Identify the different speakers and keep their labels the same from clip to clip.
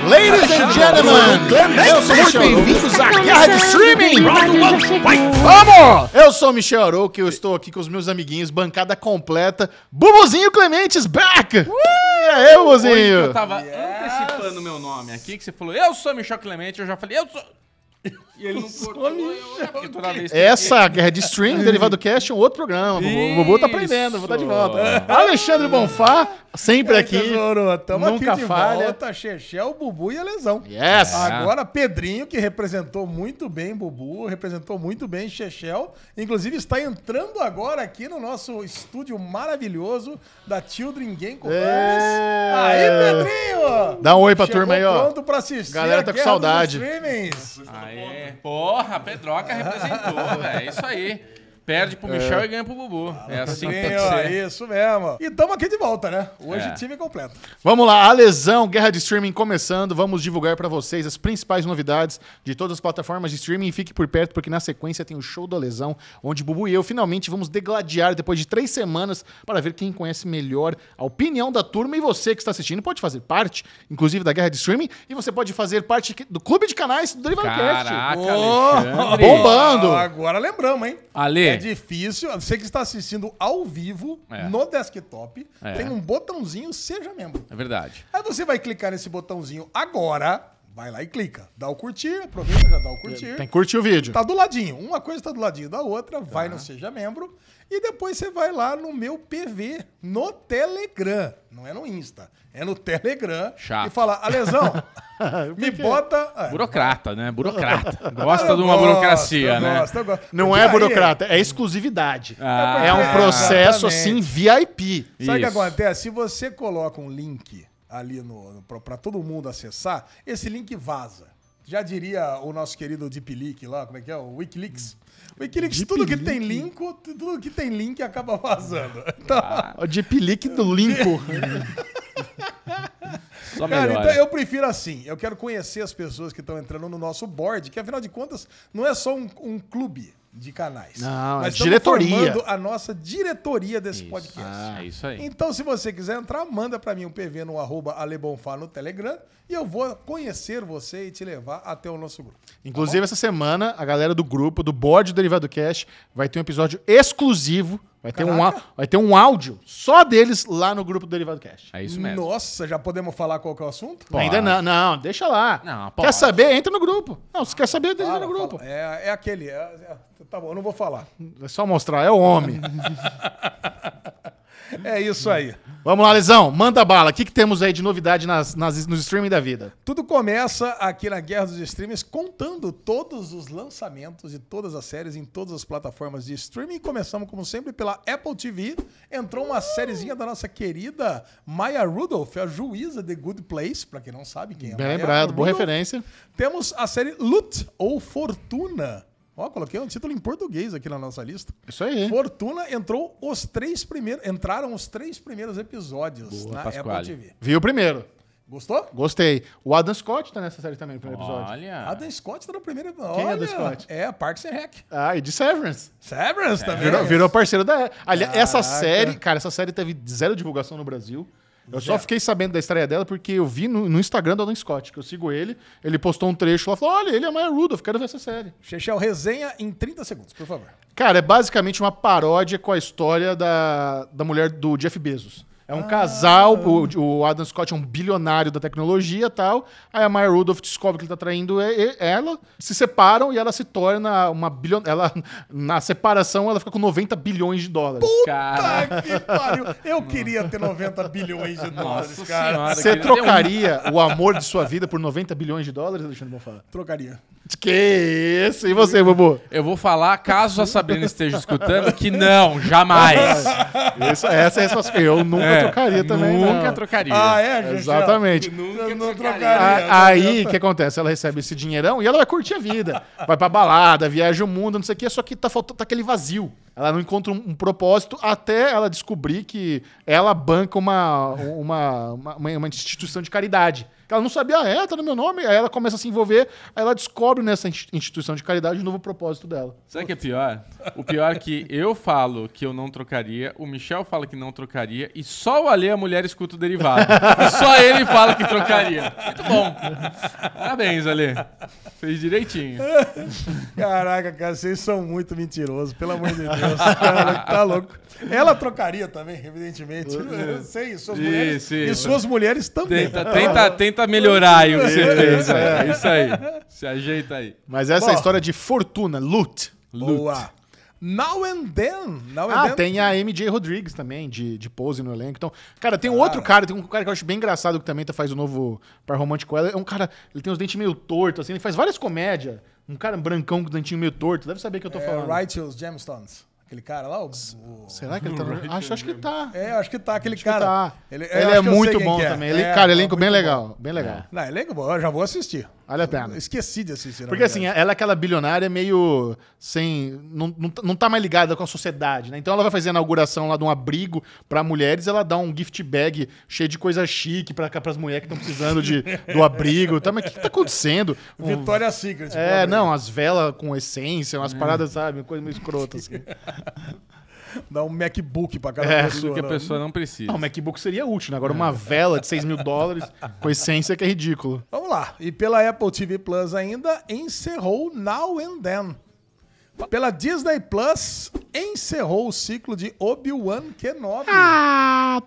Speaker 1: Ladies and gentlemen, eu sou Michel bem-vindos à Guerra de Streaming! Vamos! Eu sou o Michel Arouca e eu estou aqui com os meus amiguinhos, bancada completa. Bubuzinho Clementes back! E aí,
Speaker 2: Eu
Speaker 1: Bubuzinho?
Speaker 2: tava antecipando o meu nome aqui, que você falou, eu sou Michel Clemente, eu já falei, eu sou. E ele não cortou, eu já porque toda vez que-
Speaker 1: Essa Guerra de Streaming, Derivado Cast, é um outro programa. Bubu. O Bubu tá aprendendo, vou estar de volta. Alexandre Bonfá, sempre aqui.
Speaker 3: Estamos aqui
Speaker 1: Nunca
Speaker 3: de
Speaker 1: falha.
Speaker 3: volta, Chechel, Bubu e a Lesão.
Speaker 1: Yes!
Speaker 3: Agora, Pedrinho, que representou muito bem Bubu, representou muito bem Chechel. Inclusive, está entrando agora aqui no nosso estúdio maravilhoso da Children Game Filmes.
Speaker 1: É.
Speaker 3: Aí, Pedrinho!
Speaker 1: Dá um oi pra
Speaker 3: Chegou
Speaker 1: turma aí, ó.
Speaker 3: pronto pra assistir
Speaker 1: Galera
Speaker 3: a
Speaker 1: tá com
Speaker 3: Guerra
Speaker 1: saudade.
Speaker 3: dos Streamings.
Speaker 2: Aê, porra, a Pedroca representou, velho, é isso aí. Perde pro Michel e ganha pro Bubu. É assim que tem que
Speaker 3: Pedrinho, ó,
Speaker 2: ser.
Speaker 3: isso mesmo. E estamos aqui de volta, né? Hoje,
Speaker 2: É.
Speaker 3: time completo.
Speaker 1: Vamos lá, a lesão, guerra de streaming começando. Vamos divulgar pra vocês as principais novidades de todas as plataformas de streaming. Fique por perto, porque na sequência tem o show da lesão, onde Bubu e eu finalmente vamos degladiar depois de três semanas para ver quem conhece melhor a opinião da turma. E você que está assistindo pode fazer parte, inclusive, da guerra de streaming. E você pode fazer parte do clube de canais do Derivadocast.
Speaker 2: Caraca,
Speaker 3: Ô,
Speaker 2: Alexandre.
Speaker 1: Bombando!
Speaker 3: Ah, Agora lembramos, hein?
Speaker 2: Ale.
Speaker 3: É difícil. Você que está assistindo ao vivo,
Speaker 2: É.
Speaker 3: no desktop,
Speaker 2: É.
Speaker 3: tem um botãozinho Seja Membro.
Speaker 2: É verdade.
Speaker 3: Aí você vai clicar nesse botãozinho agora, vai lá e clica. Dá o curtir, aproveita, já dá o curtir.
Speaker 1: Tem que curtir o vídeo.
Speaker 3: Tá do ladinho. Uma coisa tá do ladinho da outra, vai
Speaker 2: Tá.
Speaker 3: no Seja Membro. E depois você vai lá no meu PV, no Telegram. Não é no Insta, é no Telegram.
Speaker 2: Chato.
Speaker 3: E fala, Alesão, me bota... Ah,
Speaker 2: Burocrata, né? Burocrata. Gosta
Speaker 3: eu
Speaker 2: de uma
Speaker 3: gosto,
Speaker 2: burocracia,
Speaker 3: eu
Speaker 2: né?
Speaker 3: gosto, eu gosto.
Speaker 1: Não
Speaker 3: Porque
Speaker 1: é
Speaker 3: aí-
Speaker 1: burocrata, é exclusividade.
Speaker 2: Ah,
Speaker 1: é um processo, assim,
Speaker 3: exatamente.
Speaker 1: VIP.
Speaker 3: Sabe o que
Speaker 2: Isso.
Speaker 3: acontece? Se você coloca um link ali no, no, pra, pra todo mundo acessar, esse link vaza. Já diria o nosso querido Deep Leak lá, como é que é? O Wikileaks.
Speaker 1: Hum.
Speaker 3: Wikileaks,
Speaker 1: Deep
Speaker 3: tudo que
Speaker 1: Leak.
Speaker 3: tem link, tudo que tem link acaba vazando.
Speaker 2: Ah,
Speaker 3: Então,
Speaker 2: tá
Speaker 1: Ó, De pelique do limpo.
Speaker 2: Só
Speaker 3: cara,
Speaker 2: melhor.
Speaker 3: então eu prefiro assim. Eu quero conhecer as pessoas que estão entrando no nosso board, que afinal de contas não é só um, um clube de canais.
Speaker 1: Não, é
Speaker 3: Nós estamos
Speaker 1: diretoria.
Speaker 3: formando a nossa diretoria desse podcast.
Speaker 2: É isso aí.
Speaker 3: Então, se você quiser entrar, manda pra mim um PV no arroba Alebonfá no Telegram e eu vou conhecer você e te levar até o nosso grupo.
Speaker 1: Inclusive, essa semana, a galera do grupo, do board do Derivado Cash, vai ter um episódio exclusivo. Vai ter, um, á- vai ter um áudio só deles lá no grupo do Derivado Cash.
Speaker 2: É isso mesmo.
Speaker 3: Nossa, já podemos falar qual que é o assunto?
Speaker 2: Pode.
Speaker 1: Ainda não, não, deixa lá.
Speaker 2: Não,
Speaker 1: quer
Speaker 2: pode.
Speaker 1: saber? Entra no grupo. Não, se quer saber, entra
Speaker 3: Fala,
Speaker 1: no grupo.
Speaker 3: fala. É, é aquele. é- é- tá bom, eu não vou falar.
Speaker 1: É só mostrar, é o homem.
Speaker 3: É isso aí.
Speaker 1: Vamos lá, Lesão, manda bala. O que, que temos aí de novidade nas, nas, nos streaming da vida?
Speaker 3: Tudo começa aqui na Guerra dos Streams contando todos os lançamentos de todas as séries em todas as plataformas de streaming. Começamos, como sempre, pela Apple TV. Entrou uma sériezinha da nossa querida Maya Rudolph, a juíza de Good Place, pra quem não sabe
Speaker 2: um
Speaker 3: quem é.
Speaker 1: Bem
Speaker 3: Maya
Speaker 1: lembrado, boa
Speaker 3: Rudolph.
Speaker 1: referência.
Speaker 3: Temos a série Loot ou Fortuna. Ó, coloquei um título em português aqui na nossa lista.
Speaker 1: Isso aí.
Speaker 3: Fortuna entrou os três primeiros, entraram os três primeiros episódios
Speaker 2: Boa,
Speaker 3: na
Speaker 2: Pasquale.
Speaker 3: Apple TV.
Speaker 1: Viu o primeiro.
Speaker 3: Gostou?
Speaker 1: Gostei. O Adam Scott tá nessa série também, no primeiro episódio.
Speaker 2: Olha.
Speaker 3: Adam Scott tá no primeiro episódio.
Speaker 1: Quem é Adam Scott?
Speaker 3: É, Parks and Rec.
Speaker 1: Ah, e de Severance.
Speaker 3: Severance também.
Speaker 1: Virou, virou parceiro da. Aliás, essa
Speaker 3: É. Caraca.
Speaker 1: série, cara, essa série teve zero divulgação no Brasil. Eu só fiquei sabendo da estreia dela porque eu vi no, no Instagram do Adam Scott, que eu sigo ele. Ele postou um trecho lá e falou: Olha, ele é Maya Rudolph, quero ver essa série.
Speaker 3: Chechel, resenha em 30 segundos, por favor.
Speaker 1: Cara, é basicamente uma paródia com a história da, da mulher do Jeff Bezos. É um casal, o, o Adam Scott é um bilionário da tecnologia e tal. Aí a Maya Rudolph descobre que ele tá traindo e- e- ela, se separam e ela se torna uma bilionária. Ela, na separação, ela fica com 90 bilhões de dólares.
Speaker 2: Cara,
Speaker 3: Tá que pariu. Eu queria ter 90 bilhões de dólares,
Speaker 2: Nossa
Speaker 3: cara.
Speaker 2: Senhora.
Speaker 1: Você
Speaker 2: queria ter um.
Speaker 1: trocaria o amor de sua vida por 90 bilhões de dólares, Alexandre Bonfá?
Speaker 3: Trocaria.
Speaker 1: Que isso? E você, Bubu?
Speaker 2: eu vou falar, caso a Sabrina esteja escutando, que não, jamais.
Speaker 1: Isso- essa é a resposta. Eu nunca
Speaker 2: É,
Speaker 1: trocaria também.
Speaker 2: Nunca
Speaker 1: não.
Speaker 2: trocaria.
Speaker 3: Ah, é, Chechel?
Speaker 1: Exatamente.
Speaker 3: Eu não
Speaker 1: A-
Speaker 3: trocaria.
Speaker 1: Aí, o que acontece? Ela recebe esse dinheirão e ela vai curtir a vida. Vai pra balada, viaja o mundo, não sei o quê, só que tá faltando tá aquele vazio. Ela não encontra um, um propósito até ela descobrir que ela banca uma, uma, uma, uma instituição de caridade. Ela não sabia, ah, é, tá no meu nome. Aí ela começa a se envolver, aí ela descobre nessa insti- instituição de caridade o novo propósito dela.
Speaker 2: Sabe o que é pior? O pior é que eu falo que eu não trocaria, o Michel fala que não trocaria e só o Alê, a mulher, escuta o derivado. E só ele fala que trocaria. Muito bom. Parabéns, Alê. Fez direitinho.
Speaker 3: Caraca, cara, vocês são muito mentirosos, pelo amor de Deus. Cara, tá louco. Ela trocaria também, evidentemente.
Speaker 1: Uh,
Speaker 3: Eu sei, suas
Speaker 2: Isso,
Speaker 3: mulheres. E
Speaker 2: isso.
Speaker 3: suas mulheres também.
Speaker 2: Tenta, tenta, tenta melhorar aí o que você fez. É isso aí. Se ajeita aí.
Speaker 1: Mas essa é a
Speaker 3: Bom.
Speaker 1: história de fortuna, loot.
Speaker 3: Boa. Now and then. Now and
Speaker 1: Ah,
Speaker 3: then.
Speaker 1: tem a MJ Rodrigues também, de, de pose no elenco. Então, cara, tem um outro cara, tem um cara que eu acho bem engraçado que também tá- faz o novo par romântico com ela. É um cara, ele tem os dentes meio tortos, assim, ele faz várias comédias. Um cara brancão com o dentinho meio torto, deve saber o que eu tô
Speaker 3: É,
Speaker 1: falando.
Speaker 3: Righteous Gemstones. Aquele cara lá, o. o-
Speaker 1: Será que ele tá no... Acho, acho que tá.
Speaker 3: É, eu acho que tá aquele
Speaker 1: Acho que
Speaker 3: cara.
Speaker 1: tá. Ele,
Speaker 3: eu acho
Speaker 1: é
Speaker 3: que eu sei
Speaker 1: muito
Speaker 3: quem
Speaker 1: bom
Speaker 3: que é.
Speaker 1: também. Ele,
Speaker 3: É,
Speaker 1: cara, elenco bem
Speaker 3: muito
Speaker 1: legal. Bem legal.
Speaker 3: Não, elenco bom, eu já vou assistir.
Speaker 1: Vale a pena.
Speaker 3: Esqueci de assistir. na
Speaker 1: Porque assim,
Speaker 3: verdade.
Speaker 1: ela é aquela bilionária meio sem. Não, não, tá- não tá mais ligada com a sociedade, né? Então ela vai fazer a inauguração lá de um abrigo pra mulheres, ela dá um gift bag cheio de coisa chique pra as mulheres que estão precisando de, do abrigo. Tá, mas o que, que tá acontecendo? Um-
Speaker 3: Vitória né? Secret.
Speaker 1: É,
Speaker 3: pô,
Speaker 1: não, as velas com essência,
Speaker 3: É.
Speaker 1: umas paradas, sabe? Coisa meio escrota, assim.
Speaker 3: Dá um MacBook pra cada
Speaker 1: É.
Speaker 2: Tudo
Speaker 3: pessoa.
Speaker 2: que a
Speaker 3: né?
Speaker 2: pessoa não precisa.
Speaker 1: Não, o MacBook seria útil, né?
Speaker 3: É.
Speaker 1: Agora uma vela de 6 mil dólares com essência que é ridículo.
Speaker 3: Vamos lá. E pela Apple TV Plus ainda, encerrou Now and Then. Pela Disney Plus, encerrou o ciclo de Obi-Wan Kenobi. Ah,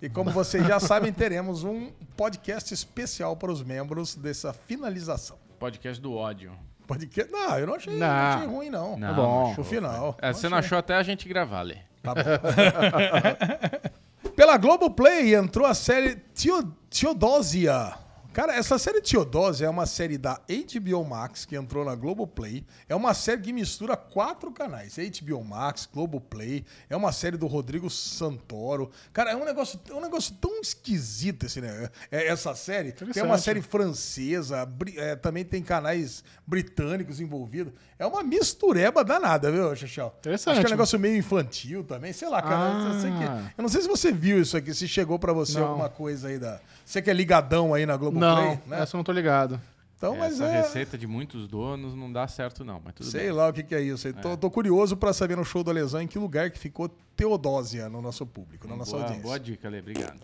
Speaker 3: E como vocês já sabem, teremos um podcast especial para os membros dessa finalização.
Speaker 2: Podcast do ódio.
Speaker 3: Podcast... Não, eu não achei,
Speaker 1: Não.
Speaker 3: não achei ruim, não.
Speaker 2: Não,
Speaker 1: bom.
Speaker 3: O final.
Speaker 2: É, você não achou até a gente gravar, Lê.
Speaker 3: Tá Pela Globoplay entrou a série Teo- Teodosia. Cara, essa série Teodosia é uma série da HBO Max que entrou na Globoplay. É uma série que mistura quatro canais: HBO Max, Globoplay. É uma série do Rodrigo Santoro. Cara, é um negócio, é um negócio tão esquisito esse, né? É, essa série. Tem uma série francesa, bri- é, também tem canais britânicos envolvidos. É uma mistureba danada, viu, Xixel?
Speaker 1: Interessante,
Speaker 3: Acho que é um
Speaker 1: mano.
Speaker 3: negócio meio infantil também, sei lá, cara.
Speaker 1: Ah.
Speaker 3: eu sei que- eu não sei se você viu isso aqui, se chegou pra você
Speaker 1: Não.
Speaker 3: alguma coisa aí da. Você que é ligadão aí na Globoplay,
Speaker 1: Não,
Speaker 3: né?
Speaker 1: essa eu não tô ligado.
Speaker 3: Então, mas
Speaker 2: Essa
Speaker 3: é.
Speaker 2: receita de muitos donos não dá certo, não. Mas tudo
Speaker 3: Sei
Speaker 2: bem.
Speaker 3: lá o que, que é isso. aí. Tô, tô curioso pra saber no show do Alesão em que lugar que ficou Teodósia no nosso público, na nossa
Speaker 2: Boa,
Speaker 3: audiência.
Speaker 2: boa dica, Lê. Obrigado.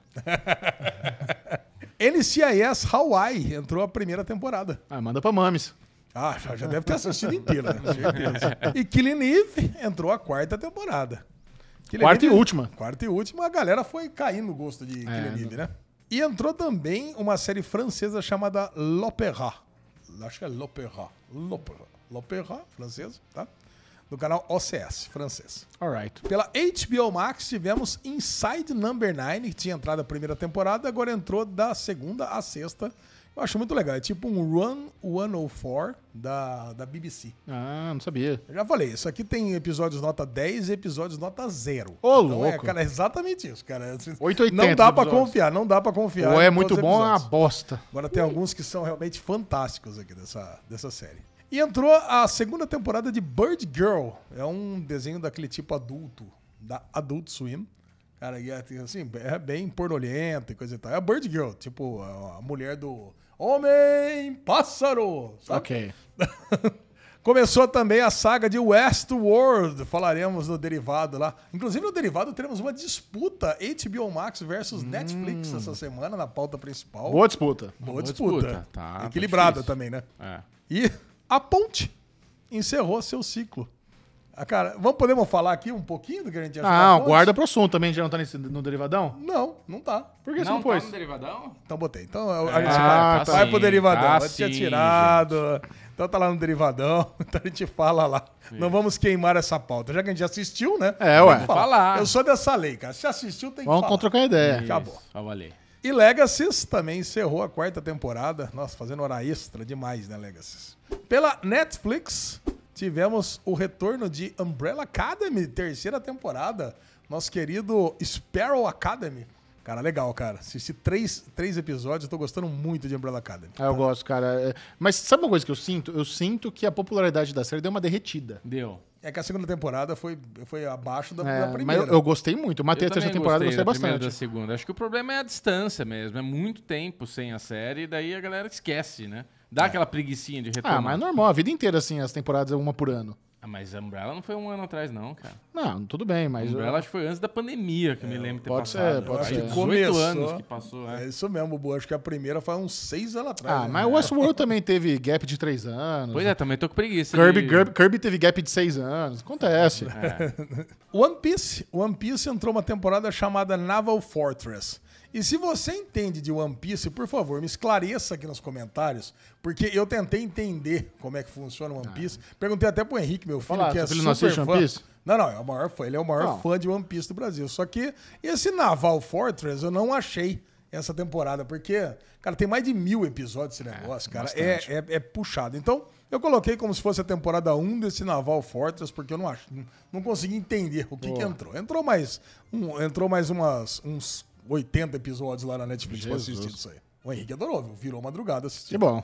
Speaker 3: NCIS Hawaii entrou a primeira temporada.
Speaker 1: Ah, manda pra Mames.
Speaker 3: Ah, já, já deve ter assistido inteira, né? Com certeza. E Killing Eve entrou a quarta temporada. Killing
Speaker 1: Quarta e
Speaker 3: Eve-
Speaker 1: última.
Speaker 3: Quarta e última, a galera foi caindo no gosto de Killing Eve, né? E entrou também uma série francesa chamada L'Opéra. Acho que é L'Opéra. L'Opéra. L'Opéra, francesa, tá? Do canal OCS, francês.
Speaker 1: Alright.
Speaker 3: Pela HBO Max tivemos Inside Number 9, que tinha entrado a primeira temporada, agora entrou da segunda à sexta. Eu acho muito legal. É tipo um Run 104 da, da BBC.
Speaker 1: Ah, não sabia.
Speaker 3: Eu já falei, isso aqui tem episódios nota 10 e episódios nota 0.
Speaker 1: Ô,
Speaker 3: É,
Speaker 1: louco.
Speaker 3: cara, é exatamente isso, cara.
Speaker 1: 8,80
Speaker 3: Não dá pra
Speaker 1: episódios.
Speaker 3: confiar, não dá pra confiar.
Speaker 1: Ou é
Speaker 3: em todos
Speaker 1: muito
Speaker 3: os
Speaker 1: bom ou é uma
Speaker 3: episódios.
Speaker 1: bosta.
Speaker 3: Agora tem alguns que são realmente fantásticos aqui dessa, dessa série. E entrou a segunda temporada de Bird Girl. É um desenho daquele tipo adulto, da Adult Swim. Cara, e é, assim, é bem pornolento e coisa e tal. É a Bird Girl, tipo a a mulher do Homem Pássaro. sabe?
Speaker 1: Ok.
Speaker 3: Começou também a saga de Westworld. Falaremos no derivado lá. Inclusive, no derivado teremos uma disputa HBO Max versus Netflix essa semana na pauta principal.
Speaker 1: Hum. Boa disputa.
Speaker 3: Boa
Speaker 2: Boa
Speaker 3: disputa.
Speaker 2: disputa, tá, tá
Speaker 3: Equilibrada
Speaker 2: difícil.
Speaker 3: também, né?
Speaker 2: É.
Speaker 3: E a Ponte encerrou seu ciclo. Ah, cara, vamos podemos falar aqui um pouquinho do que a gente achou? da
Speaker 1: Ah,
Speaker 3: Ponte?
Speaker 1: guarda pro assunto também, já não tá nesse, no derivadão?
Speaker 3: Não, não tá.
Speaker 1: Por que você
Speaker 2: Não
Speaker 1: não
Speaker 2: tá
Speaker 1: pôs?
Speaker 2: no derivadão?
Speaker 3: Então botei. Então a gente
Speaker 1: Ah,
Speaker 3: vai,
Speaker 1: tá
Speaker 3: vai
Speaker 2: É, sim,
Speaker 3: pro derivadão.
Speaker 2: tá
Speaker 3: eu tinha
Speaker 2: sim,
Speaker 3: tirado. Então tá lá no derivadão. Então a gente fala lá. Não vamos queimar essa pauta. Já que a gente assistiu, né?
Speaker 1: É,
Speaker 3: Tem
Speaker 1: ué.
Speaker 3: que falar.
Speaker 2: Falar.
Speaker 3: Eu sou dessa lei, cara. Se assistiu, tem que
Speaker 1: Vamos
Speaker 3: falar.
Speaker 1: trocar ideia.
Speaker 3: Acabou.
Speaker 2: Isso, Ó, o Alê.
Speaker 3: E Legacies também encerrou a quarta temporada. Nossa, fazendo hora extra demais, né, Legacies? Pela Netflix, tivemos o retorno de Umbrella Academy, terceira temporada. Nosso querido Sparrow Academy. Cara, legal, cara. Assisti três, três episódios, eu tô gostando muito de Umbrella Academy.
Speaker 1: Ah, eu gosto, cara. É, Mas sabe uma coisa que eu sinto? Eu sinto que a popularidade da série deu uma derretida.
Speaker 2: Deu.
Speaker 3: É que a segunda temporada foi, foi abaixo da,
Speaker 1: É,
Speaker 3: da primeira.
Speaker 1: mas eu, eu gostei muito. Eu matei
Speaker 2: Eu
Speaker 1: a terceira
Speaker 2: também
Speaker 1: temporada e gostei
Speaker 2: da primeira e
Speaker 1: bastante.
Speaker 2: da segunda. Acho que o problema é a distância mesmo. É muito tempo sem a série e daí a galera esquece, né? Dá aquela preguicinha de retomar.
Speaker 1: É. Ah, mas é normal. A vida inteira, assim, as temporadas é uma por ano.
Speaker 2: Ah, mas a Umbrella não foi um ano atrás, não, cara.
Speaker 1: Não, tudo bem, mas... eu- É,
Speaker 2: Umbrella acho que foi antes da pandemia que eu me lembro de ter
Speaker 1: pode ser,
Speaker 2: passado.
Speaker 1: pode
Speaker 2: Faz
Speaker 1: ser.
Speaker 2: 18
Speaker 3: Começou.
Speaker 2: anos que passou,
Speaker 3: É
Speaker 2: é.
Speaker 3: isso mesmo, Bubu. Acho que a primeira foi uns seis anos atrás.
Speaker 1: Ah,
Speaker 3: né?
Speaker 1: mas o Westworld também teve gap de três anos.
Speaker 2: Pois é, também tô com preguiça.
Speaker 1: Kirby,
Speaker 2: de-
Speaker 1: Kirby, Kirby teve gap de seis anos. Acontece.
Speaker 2: É.
Speaker 3: One Piece. One Piece entrou uma temporada chamada Naval Fortress. E se você entende de One Piece, por favor, me esclareça aqui nos comentários, porque eu tentei entender como é que funciona One Piece. Perguntei até pro Henrique, meu filho,
Speaker 1: Fala,
Speaker 3: que é
Speaker 1: Ah. seu filho
Speaker 3: super
Speaker 1: não assiste
Speaker 3: fã.
Speaker 1: One Piece?
Speaker 3: Não, não, é o maior fã, ele é o maior
Speaker 1: Não.
Speaker 3: fã de One Piece do Brasil. Só que esse Naval Fortress eu não achei essa temporada, porque, cara, tem mais de mil episódios esse negócio, cara. É, é, é puxado. Então, eu coloquei como se fosse a temporada 1 desse Naval Fortress, porque eu não acho, não- não consegui entender o que, que entrou. Entrou mais, um, entrou mais umas, uns 80 episódios lá na Netflix pra assistir isso aí. O Henrique adorou, viu? virou madrugada
Speaker 1: Que
Speaker 3: assistindo.
Speaker 1: bom.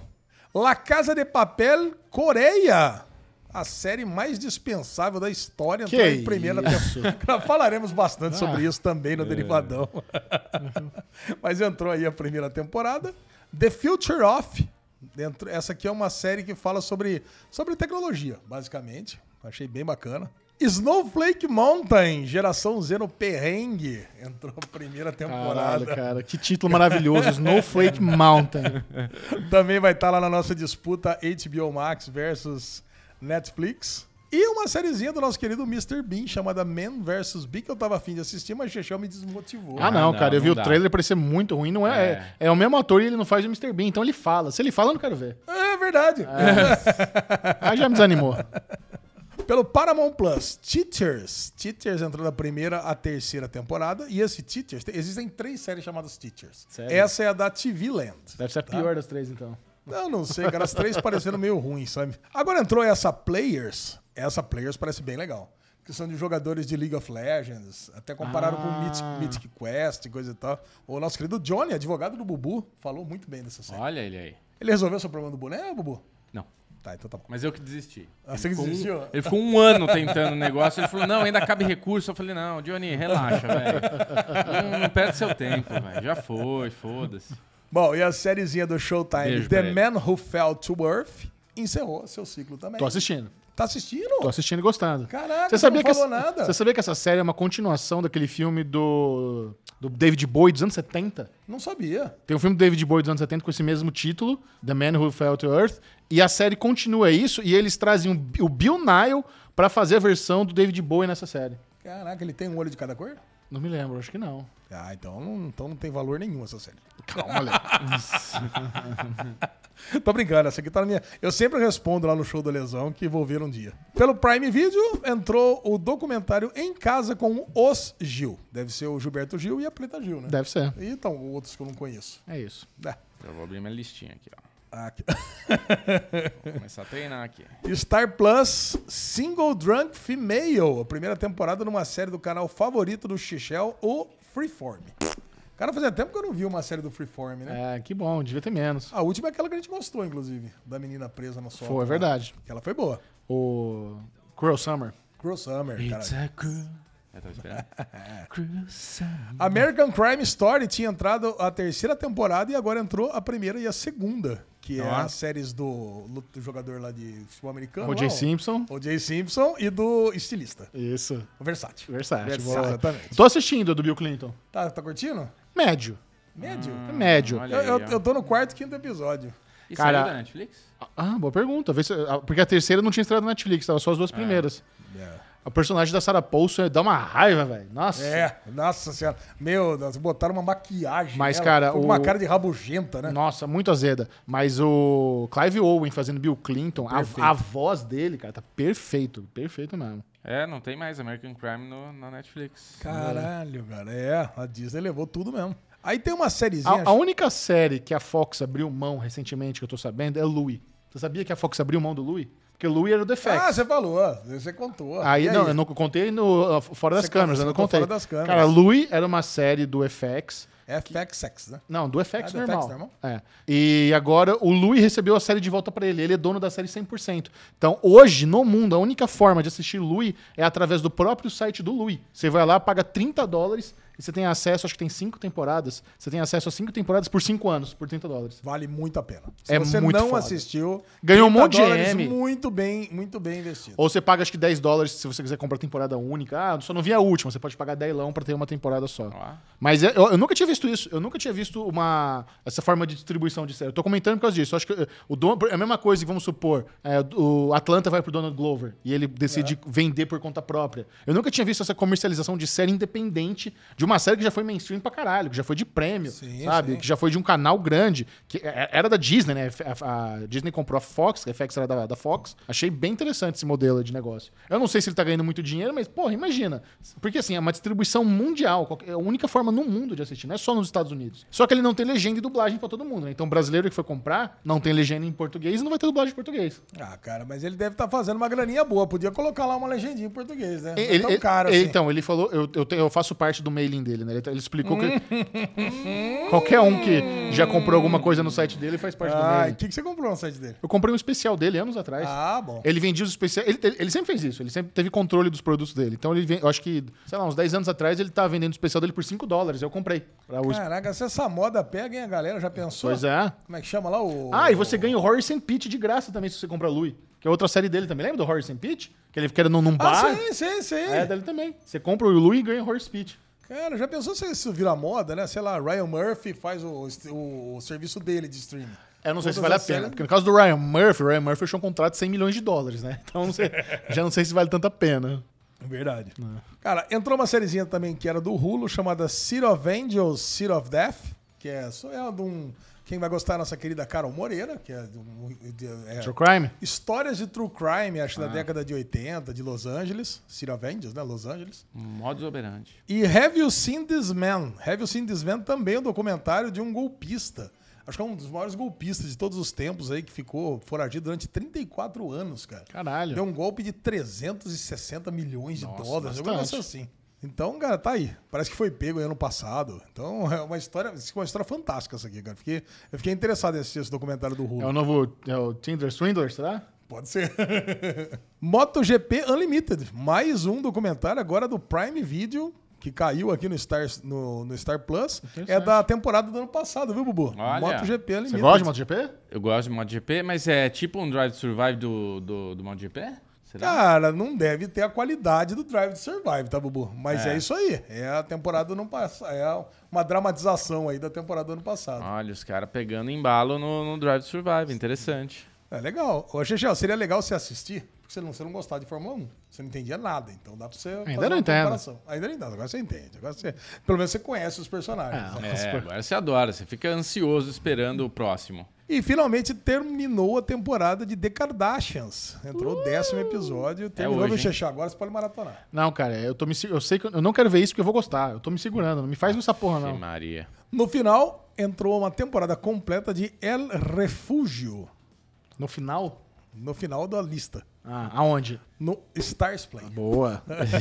Speaker 3: La Casa de Papel Coreia. A série mais dispensável da história
Speaker 1: Que
Speaker 3: entrou em primeira
Speaker 1: isso?
Speaker 3: temporada. Falaremos bastante sobre
Speaker 1: Ah. Uhum.
Speaker 3: isso também no Derivadão. Mas entrou aí a primeira temporada. The Future Off. Dentro, essa aqui é uma série que fala sobre, sobre tecnologia, basicamente. Achei bem bacana. Snowflake Mountain, geração Z no perrengue. Entrou a primeira temporada.
Speaker 1: Caralho, cara. Que título maravilhoso. Snowflake Mountain.
Speaker 3: Também vai estar lá na nossa disputa HBO Max versus Netflix. E uma sériezinha do nosso querido Mr. Bean chamada Man vs. Bee, que eu tava afim de assistir, mas Chechel me desmotivou.
Speaker 1: Ah, não,
Speaker 2: não,
Speaker 1: cara. Eu vi
Speaker 2: não
Speaker 1: o
Speaker 2: dá.
Speaker 1: trailer parecer muito ruim. Não é, é. é o mesmo ator e ele não faz o Mr. Bean. Então ele fala. Se ele fala, eu não quero ver.
Speaker 3: É verdade.
Speaker 1: É. Aí já me desanimou.
Speaker 3: Pelo Paramount Plus, Teachers. Teachers entrou da primeira à terceira temporada. E esse Teachers, te- existem três séries chamadas Teachers.
Speaker 1: Sério?
Speaker 3: Essa é a da TV Land.
Speaker 1: Deve ser a pior das três, então.
Speaker 3: Eu não sei, cara. As três parecendo meio ruins, sabe? Agora entrou essa Players. Essa Players parece bem legal. Que são de jogadores de League of Legends. Até compararam
Speaker 1: Ah.
Speaker 3: com Mythic, Mythic Quest e coisa e tal. O nosso querido Johnny, advogado do Bubu, falou muito bem dessa série.
Speaker 2: Olha ele aí.
Speaker 3: Ele resolveu seu problema do boné, Bubu?
Speaker 2: Não.
Speaker 3: Tá, então tá bom.
Speaker 2: Mas eu que desisti.
Speaker 3: Ah, você que
Speaker 2: ficou um-
Speaker 3: desistiu?
Speaker 2: ele ficou um ano tentando o negócio. Ele falou, não, ainda cabe recurso. Eu falei, não, Johnny, relaxa, velho. Não, não perde seu tempo, velho. Já foi, foda-se.
Speaker 3: Bom, e a sériezinha do Showtime,
Speaker 2: Beijo pra
Speaker 3: The
Speaker 2: ele.
Speaker 3: Man Who Fell to Earth, encerrou seu ciclo também.
Speaker 1: Tô assistindo.
Speaker 3: Tá assistindo?
Speaker 1: Tô assistindo e gostando.
Speaker 3: Caraca,
Speaker 1: Você sabia,
Speaker 3: não
Speaker 1: que
Speaker 3: falou
Speaker 1: essa,
Speaker 3: nada.
Speaker 1: você sabia que essa série é uma continuação daquele filme do, do David Bowie dos anos 70?
Speaker 3: Não sabia.
Speaker 1: Tem um filme do David Bowie dos anos 70 com esse mesmo título, The Man Who Fell to Earth, e a série continua isso, e eles trazem o, o Bill Nile pra fazer a versão do David Bowie nessa série.
Speaker 3: Caraca, ele tem um olho de cada cor?
Speaker 1: Não me lembro, acho que não.
Speaker 3: Ah, então não, então não tem valor nenhum essa série.
Speaker 1: Calma, Léo.
Speaker 3: Tô brincando, essa aqui tá na minha. Eu sempre respondo lá no show do Lesão que vou ver um dia. Pelo Prime Video entrou o documentário Em Casa com os Gil. Deve ser o Gilberto Gil e a Preta Gil, né?
Speaker 1: Deve ser.
Speaker 3: E então, outros que eu não conheço.
Speaker 1: É isso.
Speaker 3: É.
Speaker 2: Eu vou abrir minha listinha aqui, ó.
Speaker 3: Ah, aqui.
Speaker 2: Vou começar a treinar aqui.
Speaker 3: Star Plus Single Drunk Female, a primeira temporada numa série do canal favorito do Chichel, o Freeform. Cara, fazia tempo que eu não vi uma série do Freeform, né?
Speaker 1: É, que bom, devia ter menos.
Speaker 3: A última é aquela que a gente gostou, inclusive, da menina presa no sol.
Speaker 1: Foi, é verdade.
Speaker 3: Ela foi boa.
Speaker 1: O Cruel Summer.
Speaker 3: Cruel Summer, cara.
Speaker 2: a cruel... Eu tava esperando. Cruel summer.
Speaker 3: American Crime Story tinha entrado a terceira temporada e agora entrou a primeira e a segunda, que é
Speaker 2: Ah.
Speaker 3: as séries do, lu- do jogador lá de futebol americano.
Speaker 1: O Jay
Speaker 3: não?
Speaker 1: Simpson.
Speaker 3: O Jay Simpson e do estilista,
Speaker 1: Isso.
Speaker 3: o Versátil.
Speaker 1: Versátil.
Speaker 3: Versátil,
Speaker 1: boa.
Speaker 3: exatamente.
Speaker 1: Tô assistindo a do Bill Clinton.
Speaker 3: Tá, tá curtindo?
Speaker 1: Médio.
Speaker 3: Médio?
Speaker 1: É médio.
Speaker 2: Olha
Speaker 3: Eu,
Speaker 2: aí,
Speaker 3: eu,
Speaker 2: ó.
Speaker 3: eu tô no quarto, quinto episódio.
Speaker 2: Isso
Speaker 1: Cara-
Speaker 2: saiu da Netflix?
Speaker 1: Ah, boa pergunta. Vê se- ah, Porque a terceira não tinha estreado na Netflix, tava só as duas primeiras. O personagem da Sarah Paulson dá uma raiva, velho. Nossa.
Speaker 3: É, nossa senhora. Meu Deus, botaram uma maquiagem.
Speaker 1: Mas,
Speaker 3: nela,
Speaker 1: cara,
Speaker 3: ficou com
Speaker 1: o-
Speaker 3: uma cara de rabugenta, né?
Speaker 1: Nossa, muito azeda. Mas o Clive Owen fazendo Bill Clinton, a,
Speaker 3: Perfeito.
Speaker 1: a voz dele, cara, tá perfeito. Perfeito mesmo.
Speaker 2: É, não tem mais American Crime no, na Netflix.
Speaker 3: Caralho, cara. É, a Disney levou tudo mesmo. Aí tem uma sériezinha.
Speaker 1: A, a única série que a Fox abriu mão recentemente, que eu tô sabendo, é Louie. Você sabia que a Fox abriu mão do Louis? Porque o Louis era o defect.
Speaker 3: Ah, você falou. Você contou.
Speaker 1: Aí,
Speaker 3: E
Speaker 1: não, eu não contei no, uh, fora das
Speaker 3: Você
Speaker 1: câmeras,
Speaker 3: contou-
Speaker 1: eu não
Speaker 3: você contou
Speaker 1: contei.
Speaker 3: fora das câmeras.
Speaker 1: Cara, Louis era uma série do FX.
Speaker 3: FXX, né?
Speaker 1: Não, do FX
Speaker 3: do
Speaker 1: normal.
Speaker 3: FX normal?
Speaker 1: É. E agora o Louis recebeu a série de volta pra ele. Ele é dono da série 100%. Então, hoje, no mundo, a única forma de assistir Louis é através do próprio site do Louis. Você vai lá, paga 30 dólares e você tem acesso, acho que tem cinco temporadas. Você tem acesso a cinco temporadas por cinco anos, por 30 dólares.
Speaker 3: Vale muito a pena. Se
Speaker 1: É
Speaker 3: você
Speaker 1: muito
Speaker 3: não
Speaker 1: foda.
Speaker 3: assistiu,
Speaker 1: Ganhou um
Speaker 3: 30
Speaker 1: monte de
Speaker 3: dólares
Speaker 1: M.
Speaker 3: Muito bem, muito bem investido.
Speaker 1: Ou você paga acho que 10 dólares se você quiser comprar temporada única. Ah, só não vi a última. Você pode pagar 10 lão pra ter uma temporada só.
Speaker 2: Ó.
Speaker 1: Mas é, eu, eu nunca tinha visto isso. Eu nunca tinha visto uma essa forma de distribuição de série. Eu tô comentando por causa disso. Eu acho que eh, o dono, é a mesma coisa que vamos supor. é, o Atlanta vai pro Donald Glover e ele
Speaker 3: É.
Speaker 1: decide vender por conta própria. Eu nunca tinha visto essa comercialização de série independente de uma série que já foi mainstream pra caralho, que já foi de prêmio,
Speaker 3: Sim,
Speaker 1: sabe?
Speaker 3: sim.
Speaker 1: Que já foi de um canal grande. que é- é- Era da Disney, né? A, a Disney comprou a Fox, a FX era da, da Fox. Achei bem interessante esse modelo de negócio. Eu não sei se ele tá ganhando muito dinheiro, mas, porra, imagina. Porque, assim, é uma distribuição mundial. qualquer- É a única forma no mundo de assistir, não é só nos Estados Unidos. Só que ele não tem legenda e dublagem pra todo mundo, né? Então, o brasileiro que foi comprar não tem legenda em português e não vai ter dublagem em português.
Speaker 3: Ah, cara, mas ele deve estar fazendo uma graninha boa. Podia colocar lá uma legendinha em português, né? Não é
Speaker 1: Ele-
Speaker 3: tão
Speaker 1: ele-
Speaker 3: caro
Speaker 1: ele-
Speaker 3: assim.
Speaker 1: Então, ele falou, eu, eu, tenho- eu faço parte do mailing dele, né? Ele, ele explicou que. Qualquer um que já comprou alguma coisa no um site dele faz parte do
Speaker 3: Ah, e
Speaker 1: mailing.
Speaker 3: o que, que você comprou no site dele?
Speaker 1: Eu comprei um especial dele anos atrás.
Speaker 3: Ah, bom.
Speaker 1: Ele vendia os especiais. Ele, ele- ele sempre fez isso, ele sempre teve controle dos produtos dele. Então ele vem, eu acho que, sei lá, uns 10 anos atrás ele tá vendendo o especial dele por 5 dólares. Eu comprei. Pra o...
Speaker 3: Caraca, se essa moda pega, hein, a galera já pensou?
Speaker 1: Pois é.
Speaker 3: Como é que chama lá o...
Speaker 1: Ah, e você ganha o Horace and Pete de graça também se você comprar Louis. Que é outra série dele também. Lembra do Horace and Pete? Que ele fica num, num
Speaker 3: Ah,
Speaker 1: bar.
Speaker 3: sim, sim, sim.
Speaker 1: é dele também. Você compra o Louis e ganha o Horace Pete.
Speaker 3: Cara, já pensou se isso vira moda, né? Sei lá, Ryan Murphy faz o, o- o serviço dele de streaming.
Speaker 1: Eu não sei se
Speaker 3: Todas
Speaker 1: vale a
Speaker 3: as
Speaker 1: pena.
Speaker 3: séries-
Speaker 1: Porque no caso do Ryan Murphy, o Ryan Murphy fechou um contrato de 100 milhões de dólares, né? Então não sei- já não sei se vale tanta pena.
Speaker 3: Verdade.
Speaker 1: É.
Speaker 3: Cara, entrou uma sériezinha também que era do Hulu, chamada City of Angels, City of Death, que é só é de um... Quem vai gostar é a nossa querida Carol Moreira, que é... de um- de- é-
Speaker 1: True Crime? Ah.
Speaker 3: Histórias de True Crime, acho, da década de 80, de Los Angeles. City of Angels, né? Los Angeles.
Speaker 2: Modus operandi.
Speaker 3: E Have You Seen This Man? Have You Seen This Man também é um documentário de um golpista. Acho que é um dos maiores golpistas de todos os tempos aí, que ficou foragido durante 34 anos, cara.
Speaker 1: Caralho.
Speaker 3: Deu um golpe de 360 milhões de dólares, alguma
Speaker 1: bastante.
Speaker 3: coisa assim. Então, cara, tá aí. Parece que foi pego aí ano passado. Então, é uma história, uma história fantástica essa aqui, cara. Fiquei, eu fiquei interessado em assistir esse documentário do Hulu.
Speaker 1: É o novo é o Tinder Swindler, será?
Speaker 3: Pode ser. MotoGP Unlimited, mais um documentário agora do Prime Video, que caiu aqui no Star, no, no Star Plus. É da temporada do ano passado, viu, Bubu?
Speaker 2: Olha.
Speaker 3: MotoGP
Speaker 1: Você
Speaker 3: Unlimited.
Speaker 1: gosta de MotoGP?
Speaker 2: Eu gosto de MotoGP, mas é tipo um Drive to Survive do, do, do MotoGP? Será?
Speaker 3: Cara, não deve ter a qualidade do Drive to Survive, tá, Bubu? Mas é, isso aí. É a temporada do ano passado. É uma dramatização aí da temporada do ano passado.
Speaker 2: Olha, os caras pegando embalo no, no Drive to Survive. Interessante.
Speaker 3: É legal. Ô, Xexel, seria legal você assistir, porque você não, você não gostava de Fórmula 1. Você não entendia nada, então dá pra você fazer
Speaker 1: não
Speaker 3: uma
Speaker 1: entendo.
Speaker 3: comparação. Ainda não entendo, agora você entende. Agora você, pelo menos você conhece os personagens. né?
Speaker 2: É, agora você adora, você fica ansioso esperando o próximo.
Speaker 3: E finalmente terminou a temporada de The Kardashians. Entrou
Speaker 1: Uh!
Speaker 3: o décimo episódio. Terminou,
Speaker 2: É hoje,
Speaker 3: viu,
Speaker 2: hein?
Speaker 3: Xexel? Agora você pode maratonar.
Speaker 1: Não, cara, eu tô me se- eu sei que eu eu não quero ver isso porque eu vou gostar. Eu tô me segurando, não me faz essa porra
Speaker 2: Sim,
Speaker 1: não.
Speaker 2: Maria.
Speaker 3: No final, entrou uma temporada completa de El Refugio.
Speaker 1: No final?
Speaker 3: No final da lista.
Speaker 1: Ah, aonde?
Speaker 3: No Stars Play.
Speaker 1: Boa.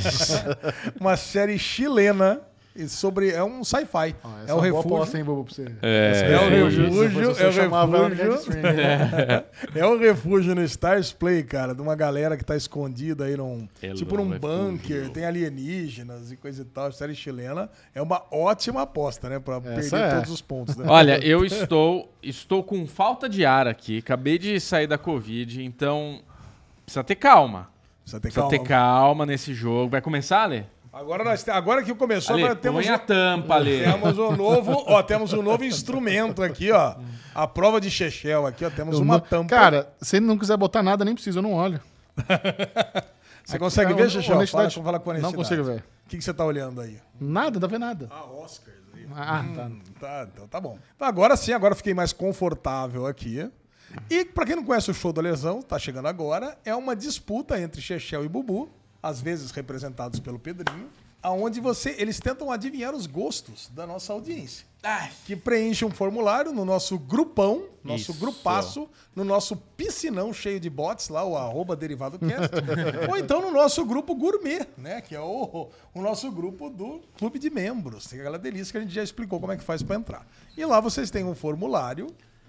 Speaker 3: Uma série chilena e sobre. É um sci-fi. é
Speaker 1: essa é
Speaker 3: o
Speaker 1: uma boa
Speaker 3: refúgio.
Speaker 1: aposta, hein, Bobo, pra você.
Speaker 2: É,
Speaker 3: o
Speaker 1: refúgio,
Speaker 3: refúgio,
Speaker 1: se fosse
Speaker 3: é
Speaker 1: eu
Speaker 3: o
Speaker 1: chamava ela no
Speaker 3: refúgio.
Speaker 1: Dead Stream.
Speaker 3: É um refúgio no Stars Play, cara, de uma galera que tá escondida aí num.
Speaker 2: Hello,
Speaker 3: tipo num
Speaker 2: É refúgio.
Speaker 3: bunker, tem alienígenas e coisa e tal. Série chilena. É uma ótima aposta, né? Pra perder
Speaker 1: é.
Speaker 3: todos os pontos, né?
Speaker 2: Olha, eu estou estou com falta de ar aqui. Acabei de sair da Covid, então precisa ter calma.
Speaker 3: Precisa ter
Speaker 2: Precisa
Speaker 3: calma.
Speaker 2: ter calma nesse jogo. Vai começar, Ale?
Speaker 3: Agora, nós, te- agora que começou,
Speaker 2: Ale,
Speaker 3: agora temos. um-
Speaker 2: põe a tampa, Ale.
Speaker 3: Temos um novo, ó, temos um novo instrumento aqui, ó. A prova de Chechel aqui, ó. Temos
Speaker 1: Eu
Speaker 3: uma
Speaker 1: não-
Speaker 3: tampa.
Speaker 1: Cara, se não quiser botar nada, nem precisa, eu não olho. É
Speaker 3: você consegue ver, Chechel? Fala,
Speaker 1: Honestidade.
Speaker 3: fala com honestidade.
Speaker 1: Não consigo ver.
Speaker 3: O que, que você tá olhando aí?
Speaker 1: Nada, dá pra ver nada.
Speaker 3: Ah, Oscars aí.
Speaker 1: Ah, tá.
Speaker 3: Tá, então tá bom. Então, agora sim, agora eu fiquei mais confortável aqui. E pra quem não conhece o show da lesão, tá chegando agora, é uma disputa entre Chechel e Bubu, às vezes representados pelo Pedrinho, aonde você, eles tentam adivinhar os gostos da nossa audiência. Que preenche um formulário no nosso grupão, nosso
Speaker 2: Isso.
Speaker 3: grupaço, no nosso piscinão cheio de bots, lá o arroba derivadocast, ou então no nosso grupo gourmet, né? Que é o, o nosso grupo do clube de membros. Tem aquela delícia que a gente já explicou como é que faz para entrar. E lá vocês têm um formulário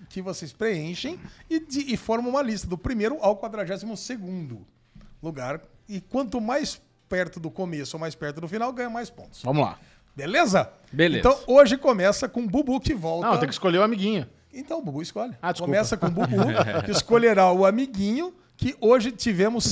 Speaker 3: que vocês preenchem e, de- e formam uma lista do primeiro ao 42 segundo lugar. E quanto mais perto do começo ou mais perto do final, ganha mais pontos.
Speaker 1: Vamos lá.
Speaker 3: Beleza?
Speaker 2: Beleza.
Speaker 3: Então hoje começa com Bubu que volta.
Speaker 1: Não, tem que escolher o amiguinho.
Speaker 3: Então o Bubu escolhe.
Speaker 1: Ah, desculpa.
Speaker 3: começa com o Bubu, que escolherá o amiguinho, que hoje tivemos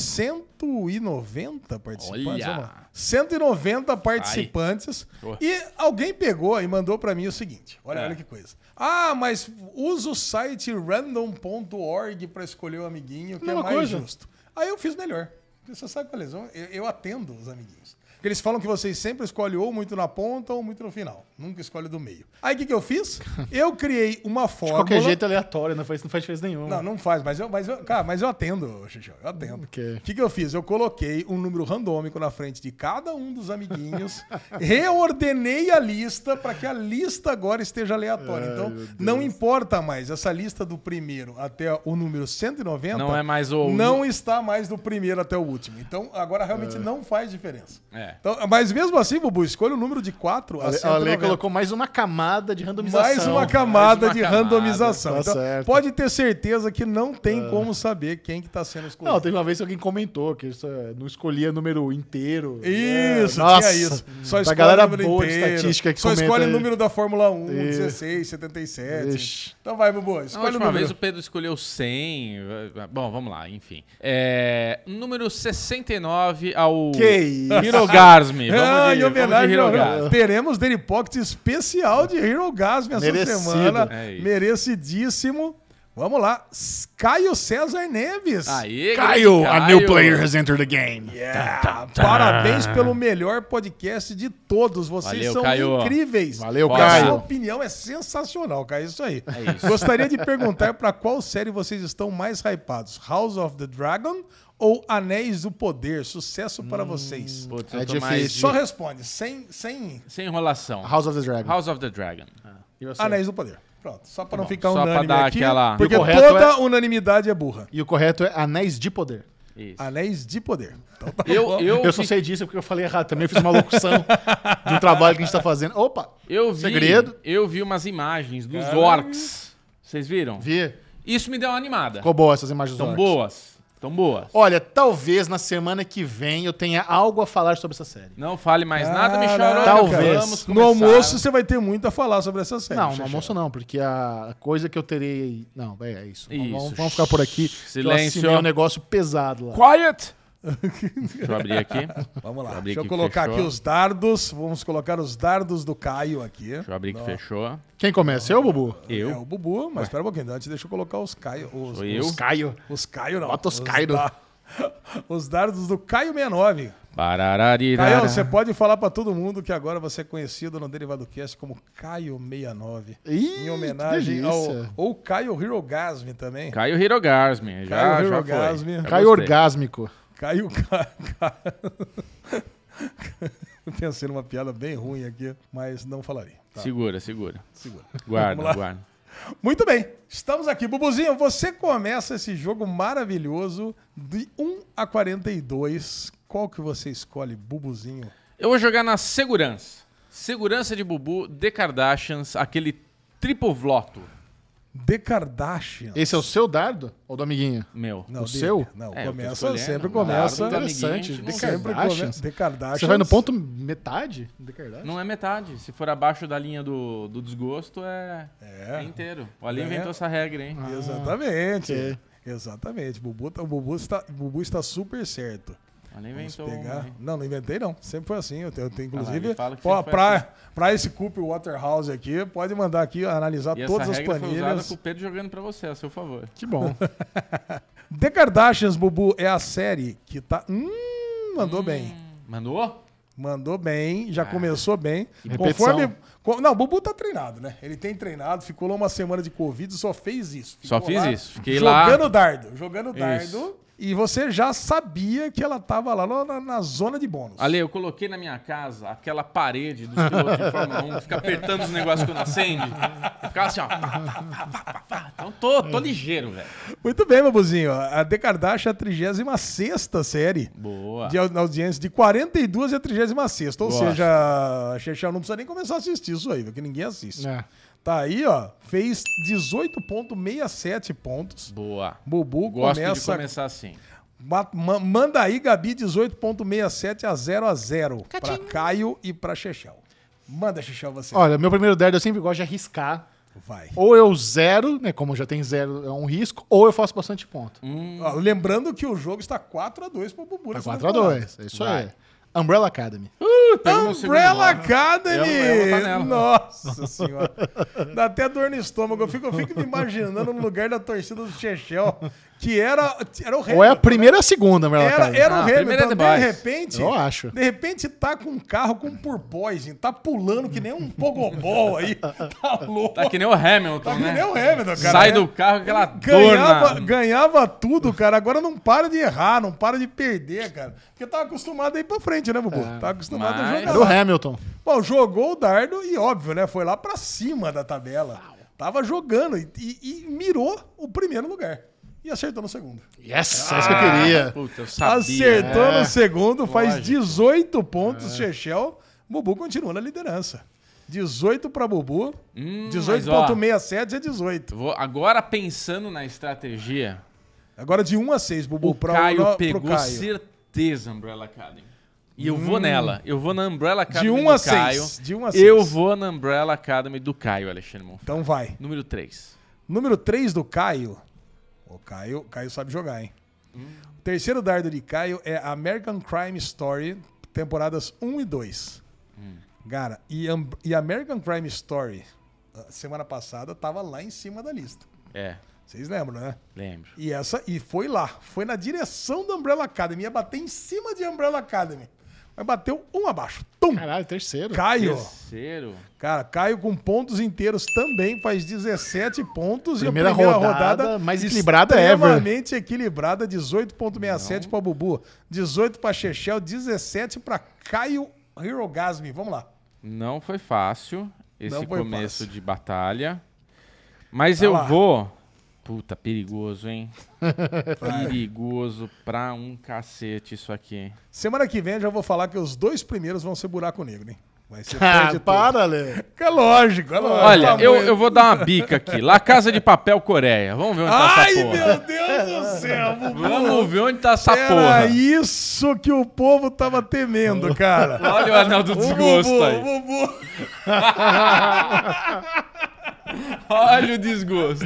Speaker 3: 190 participantes.
Speaker 2: Olha.
Speaker 3: Vamos lá. 190 participantes.
Speaker 2: Boa.
Speaker 3: E alguém pegou e mandou para mim o seguinte: olha,
Speaker 2: É.
Speaker 3: olha que coisa. Ah, mas usa o site random.org para escolher o amiguinho, que é
Speaker 1: Mesma
Speaker 3: mais
Speaker 1: coisa.
Speaker 3: justo. Aí eu fiz melhor. Porque Você sabe qual é a lesão? Eu, eu atendo os amiguinhos. Porque eles falam que vocês sempre escolhem ou muito na ponta ou muito no final. Nunca escolhe do meio. Aí o que, que eu fiz? Eu criei uma
Speaker 1: De
Speaker 3: fórmula.
Speaker 1: qualquer jeito, é aleatório, não faz, não faz diferença nenhuma.
Speaker 3: Não, não faz, mas eu, mas eu, cara, mas eu atendo, Xixi, eu atendo. O
Speaker 1: Ok.
Speaker 3: que, que eu fiz? Eu coloquei um número randômico na frente de cada um dos amiguinhos, reordenei a lista para que a lista agora esteja aleatória. então, não importa mais, essa lista do primeiro até o número 190
Speaker 2: Não é mais o-
Speaker 3: não está mais do primeiro até o último. Então, agora realmente
Speaker 1: É.
Speaker 3: não faz diferença.
Speaker 2: É.
Speaker 3: Então, mas mesmo assim, Bubu, escolha o número de 4 a
Speaker 1: A Le-
Speaker 3: 190.
Speaker 1: A Lei colocou mais uma camada de randomização.
Speaker 3: Mais uma camada
Speaker 2: Mais uma
Speaker 3: de
Speaker 2: camada.
Speaker 3: randomização.
Speaker 1: Tá
Speaker 3: então,
Speaker 1: certo. É.
Speaker 3: pode ter certeza que não tem como saber quem que tá sendo escolhido.
Speaker 1: Não, teve uma vez que alguém comentou que isso é, não escolhia número inteiro.
Speaker 3: Isso,
Speaker 1: é,
Speaker 3: tinha isso. Só
Speaker 1: pra
Speaker 3: escolhe
Speaker 1: galera
Speaker 3: o número
Speaker 1: boa de
Speaker 3: inteiro.
Speaker 1: estatística que
Speaker 3: Só
Speaker 1: comenta
Speaker 3: escolhe o
Speaker 1: aí.
Speaker 3: número da Fórmula 1,
Speaker 1: Isso.
Speaker 3: 16, 77.
Speaker 1: Ixi.
Speaker 3: Então vai, Bubu,
Speaker 2: Na
Speaker 3: escolhe o
Speaker 2: última
Speaker 3: número.
Speaker 2: vez o Pedro escolheu 100. Bom, vamos lá, enfim. É, número 69 ao
Speaker 3: um.
Speaker 1: Que isso?
Speaker 2: Hirogasmi.
Speaker 3: Ah,
Speaker 2: Vamos de,
Speaker 3: em
Speaker 2: vamos de
Speaker 3: homenagem ao
Speaker 2: Hirogasmi.
Speaker 3: teremos Daily Pocket especial de Hero Gasm essa
Speaker 1: Merecido.
Speaker 3: semana.
Speaker 2: É isso.
Speaker 3: Merecidíssimo. Vamos lá. Caio César Neves.
Speaker 2: Aí,
Speaker 1: Caio,
Speaker 2: grande
Speaker 1: a new player has entered the game.
Speaker 3: Yeah.
Speaker 2: Tá,
Speaker 3: Parabéns pelo melhor podcast de todos. Vocês
Speaker 2: Valeu,
Speaker 3: são
Speaker 2: Caio.
Speaker 3: incríveis.
Speaker 1: Valeu,
Speaker 3: E a
Speaker 1: Caio.
Speaker 3: Sua opinião é sensacional, Caio. Isso aí.
Speaker 2: É isso.
Speaker 3: Gostaria de perguntar para qual série vocês estão mais hypados: House of the Dragon ou Anéis do Poder? Sucesso para
Speaker 2: Hum,
Speaker 3: vocês.
Speaker 2: Putz,
Speaker 1: É
Speaker 2: eu tô mais
Speaker 1: difícil.
Speaker 3: Só responde, sem, sem
Speaker 2: de- Sem enrolação.
Speaker 1: House of the Dragon. Ah.
Speaker 2: House of the Dragon. Ah,
Speaker 1: E, você?
Speaker 3: Anéis do Poder. Pronto, só para não ficar
Speaker 2: só pra
Speaker 3: unânime
Speaker 2: dar
Speaker 3: aqui,
Speaker 2: aquela-
Speaker 3: porque
Speaker 1: E o correto
Speaker 3: toda
Speaker 1: é-
Speaker 3: unanimidade é burra.
Speaker 1: E o correto é Anéis de Poder.
Speaker 2: Isso.
Speaker 3: Anéis de Poder. Então tá
Speaker 2: Eu,
Speaker 3: bom.
Speaker 2: eu,
Speaker 1: Ah, Eu só
Speaker 2: vi-
Speaker 1: sei disso porque eu falei errado também. Eu fiz uma locução de um trabalho que a gente tá fazendo. Opa,
Speaker 2: eu vi,
Speaker 1: Segredo.
Speaker 2: eu vi umas imagens dos
Speaker 3: Caralho.
Speaker 2: orcs. Vocês viram?
Speaker 1: vi.
Speaker 2: Isso me deu uma animada.
Speaker 1: Ficou boa essas imagens do
Speaker 3: Então,
Speaker 2: Tão
Speaker 1: Orcs.
Speaker 2: boas. Tão boas.
Speaker 1: Olha, talvez na semana que vem eu tenha algo a falar sobre essa série.
Speaker 2: Não fale mais nada, Michel.
Speaker 3: Caraca.
Speaker 2: Aroca.
Speaker 1: Talvez.
Speaker 2: Vamos
Speaker 3: No
Speaker 2: começar.
Speaker 3: almoço você vai ter muito a falar sobre essa série.
Speaker 1: Não, no
Speaker 3: Xaxá.
Speaker 1: almoço não, porque a coisa que eu terei. Não, é, é isso.
Speaker 2: Isso.
Speaker 1: Vamos, vamos ficar por aqui.
Speaker 2: Silêncio.
Speaker 1: Eu assinei um negócio pesado lá.
Speaker 2: Quiet! Deixa eu abrir aqui.
Speaker 3: Vamos lá.
Speaker 2: Deixa eu abrir
Speaker 3: Deixa eu
Speaker 2: que
Speaker 3: colocar
Speaker 2: fechou.
Speaker 3: aqui os dardos. Vamos colocar os dardos do Caio aqui.
Speaker 2: Deixa eu abrir que fechou.
Speaker 1: Quem começa? Eu, Bubu?
Speaker 3: É o
Speaker 2: Eu.
Speaker 3: Bubu, mas espera um pouquinho. Antes deixa eu colocar os Caio. Os,
Speaker 2: Sou eu.
Speaker 1: Os Caio.
Speaker 3: os Caio não.
Speaker 1: Bota os Caio.
Speaker 3: da- os dardos do Caio 69. Caio,
Speaker 2: Parararira.
Speaker 3: você pode falar pra todo mundo que agora você é conhecido no Derivado Cast como Caio 69.
Speaker 1: Ih,
Speaker 3: em homenagem
Speaker 1: que
Speaker 3: ao
Speaker 1: delícia.
Speaker 3: ou Caio Hirogasmi também.
Speaker 2: Caio Hirogasmi. Já,
Speaker 3: Caio
Speaker 2: já
Speaker 3: Hirogasmi.
Speaker 2: foi. Já
Speaker 1: Caio
Speaker 2: gostei.
Speaker 1: orgásmico.
Speaker 3: Caiu. Ca... Ca... Pensei numa piada bem ruim aqui, mas não falarei. Tá,
Speaker 2: Segura, segura.
Speaker 3: segura. Vamos
Speaker 2: Guarda,
Speaker 3: lá.
Speaker 2: guarda.
Speaker 3: Muito bem, estamos aqui. Bubuzinho, você começa esse jogo maravilhoso de 1 a 42. Qual que você escolhe, Bubuzinho?
Speaker 2: Eu vou jogar na segurança. Segurança de Bubu, The Kardashians, aquele tripovloto.
Speaker 3: The Kardashian.
Speaker 1: Esse é o seu dardo ou do amiguinho?
Speaker 2: Meu.
Speaker 3: Não,
Speaker 1: o seu?
Speaker 3: Não,
Speaker 2: É, eu tô
Speaker 3: começa,
Speaker 2: escolhendo,
Speaker 3: sempre
Speaker 2: não
Speaker 3: começa.
Speaker 2: dá, não dá.
Speaker 1: Interessante.
Speaker 2: amiguinho,
Speaker 1: The
Speaker 2: não
Speaker 3: Sempre
Speaker 1: Kardashians.
Speaker 3: começa. The Kardashian.
Speaker 1: Você vai no ponto metade? The Kardashians?
Speaker 2: Não é metade. Se for abaixo da linha do, do desgosto, é,
Speaker 3: É.
Speaker 2: é inteiro. O Ali
Speaker 3: É.
Speaker 2: inventou essa regra, hein?
Speaker 3: Exatamente.
Speaker 1: ok.
Speaker 3: Exatamente. Bubu, tá- o Bubu está, o Bubu está super certo.
Speaker 2: O Ali inventou.
Speaker 3: pegar.
Speaker 2: uma, Então, hein?
Speaker 3: Não, não inventei não. Sempre foi assim. Eu tenho, eu tenho, inclusive,
Speaker 2: ele fala que
Speaker 3: ó,
Speaker 2: sempre foi
Speaker 3: pra,
Speaker 2: assim.
Speaker 3: pra esse Cooper Waterhouse aqui, pode mandar aqui ó, analisar
Speaker 2: E
Speaker 3: todas
Speaker 2: essa
Speaker 3: as
Speaker 2: regra foi usada
Speaker 3: planilhas.
Speaker 2: com o Pedro jogando pra você, a seu favor.
Speaker 1: Que bom.
Speaker 3: The Kardashians, Bubu, é a série que tá. Hum, mandou bem.
Speaker 2: Mandou?
Speaker 3: Mandou bem,
Speaker 2: Ah.
Speaker 3: já começou bem.
Speaker 1: repetição.
Speaker 3: Conforme. co- Não, o Bubu tá treinado, né? Ele tem treinado, ficou lá uma semana de Covid e só fez isso.
Speaker 2: Só
Speaker 3: Ficou
Speaker 2: fiz isso. Fiquei lá.
Speaker 3: jogando dardo, jogando dardo.
Speaker 2: Isso.
Speaker 3: E você já sabia que ela tava lá no- na, na zona de bônus.
Speaker 2: Ale, eu coloquei na minha casa aquela parede dos pilotos de Fórmula 1 que fica apertando os negócios quando acende. Ficava assim, ó. pá, pá, pá, pá, pá, pá. Então tô, tô ligeiro, velho.
Speaker 3: Muito bem, meu buzinho. A The Kardashian é a 36 série.
Speaker 2: Boa.
Speaker 3: De au- na audiência de 42 e a 36. Ou
Speaker 2: Gosto.
Speaker 3: seja, a Xexel não precisa nem começar a assistir isso aí, porque ninguém assiste.
Speaker 1: É.
Speaker 3: Tá aí, ó. Fez 18,67 pontos.
Speaker 2: Boa.
Speaker 3: Bubu
Speaker 2: Gosto de
Speaker 3: começa.
Speaker 2: começar assim.
Speaker 3: ma- ma- Manda aí, Gabi, 18,67 a 0 a 0 Pra Caio e pra Xexel. Manda, Xexel, você.
Speaker 1: Olha, meu primeiro dado eu sempre gosto de arriscar.
Speaker 3: Vai.
Speaker 1: Ou eu zero, né? Como já tem zero, é um risco, ou eu faço bastante ponto.
Speaker 3: Ó, lembrando que o jogo está 4x2 pro Bubu.
Speaker 1: hum. Tá
Speaker 3: nessa
Speaker 1: 4x2. É isso aí. Umbrella Academy.
Speaker 2: Pega no segundo
Speaker 3: Umbrella
Speaker 2: bloco.
Speaker 3: Academy!
Speaker 2: Ela- ela tá nela.
Speaker 3: Nossa senhora. Dá até dor no estômago. Eu fico, eu fico me imaginando no lugar da torcida do Chechel, que era, era o
Speaker 1: Ou é a
Speaker 3: Hamilton.
Speaker 1: primeira segunda, Umbrella
Speaker 3: Era,
Speaker 1: Academy.
Speaker 3: era o
Speaker 2: Ah, a primeira é
Speaker 3: Hamilton. então, De
Speaker 2: demais.
Speaker 3: repente...
Speaker 1: tá Eu acho.
Speaker 3: De repente tá com um carro com porpoising, tá pulando que nem um pogobol aí. Tá louco.
Speaker 2: Tá que nem o Hamilton,
Speaker 3: Tá que
Speaker 2: né?
Speaker 3: nem o Hamilton, cara.
Speaker 2: Sai
Speaker 3: É-
Speaker 2: do carro com aquela dor
Speaker 3: Ganhava,
Speaker 2: na...
Speaker 3: ganhava tudo, cara. Agora não para de errar, não para de perder, cara. Porque tava acostumado a ir pra frente, né, Bubu? Tava acostumado a
Speaker 2: É, mas-
Speaker 3: jogar.
Speaker 1: Era o Hamilton.
Speaker 3: Bom, jogou o dardo e, óbvio, né? Foi lá pra cima da tabela. Tava jogando e, e- e mirou o primeiro lugar. E acertou no segundo.
Speaker 1: Yes, é isso que eu queria.
Speaker 2: Puta, eu sabia.
Speaker 3: Acertou
Speaker 1: É.
Speaker 3: no segundo, faz
Speaker 2: Lógico.
Speaker 3: 18 pontos, Chechel. Bubu continua na liderança. 18 pra Bubu.
Speaker 2: Hum, mas,
Speaker 3: 18,67 é 18.
Speaker 2: ó, vou- agora pensando na estratégia,
Speaker 3: Agora de 1 a 6, Bubu.
Speaker 2: o
Speaker 3: pra- um,
Speaker 2: Caio
Speaker 3: pro
Speaker 2: pegou
Speaker 3: Caio. Hum.
Speaker 2: certeza Umbrella Academy. E eu vou nela. Eu vou na Umbrella Academy
Speaker 3: um
Speaker 2: do
Speaker 3: a seis,
Speaker 2: Caio.
Speaker 3: de um a
Speaker 2: Eu
Speaker 3: seis.
Speaker 2: vou na Umbrella Academy do Caio, Alexandre Monfort.
Speaker 3: Então vai.
Speaker 2: Número 3.
Speaker 3: Número 3 do Caio. O Caio, Caio sabe jogar, hein?
Speaker 2: Hum.
Speaker 3: O terceiro dardo de Caio é American Crime Story, temporadas 1 e 2.
Speaker 2: Hum.
Speaker 3: Cara, e, Am- e American Crime Story, a semana passada, tava lá em cima da lista.
Speaker 2: É,
Speaker 3: Vocês lembram, né?
Speaker 2: lembro.
Speaker 3: E essa e foi lá, foi na direção da Umbrella Academy, ia bater em cima de Umbrella Academy. Mas bateu um abaixo. Tum!
Speaker 1: Caralho, terceiro.
Speaker 3: Caio.
Speaker 2: Terceiro.
Speaker 3: Cara, Caio com pontos inteiros também faz 17 pontos
Speaker 1: Primeira
Speaker 3: e a primeira rodada,
Speaker 1: rodada mais equilibrada ever.
Speaker 3: extremamente equilibrada, 18.67 para Bubu, 18 para Chechel, 17 para Caio Hirogasmi. Vamos lá.
Speaker 2: Não foi fácil esse
Speaker 3: Não foi
Speaker 2: começo
Speaker 3: fácil.
Speaker 2: de batalha. Mas
Speaker 3: Vai
Speaker 2: eu
Speaker 3: lá.
Speaker 2: vou. Puta, perigoso, hein? perigoso pra um cacete isso aqui, hein?
Speaker 3: Semana que vem eu já vou falar que os dois primeiros vão ser buraco negro, hein? Vai ser
Speaker 1: Ah,
Speaker 3: perde tudo.
Speaker 1: para, Lê.
Speaker 3: É lógico, é lógico.
Speaker 2: Olha,
Speaker 3: Tá
Speaker 2: eu,
Speaker 3: muito-
Speaker 2: eu vou dar uma bica aqui. Lá Casa de Papel Coreia. Vamos ver onde tá
Speaker 3: Ai,
Speaker 2: essa porra.
Speaker 3: meu Deus do céu, Bubu.
Speaker 2: Vamos ver onde tá essa porra.
Speaker 3: Era isso que o povo tava temendo, cara.
Speaker 2: Olha o anel do desgosto aí.
Speaker 3: O Bubu, o Bubu.
Speaker 2: Olha o desgosto.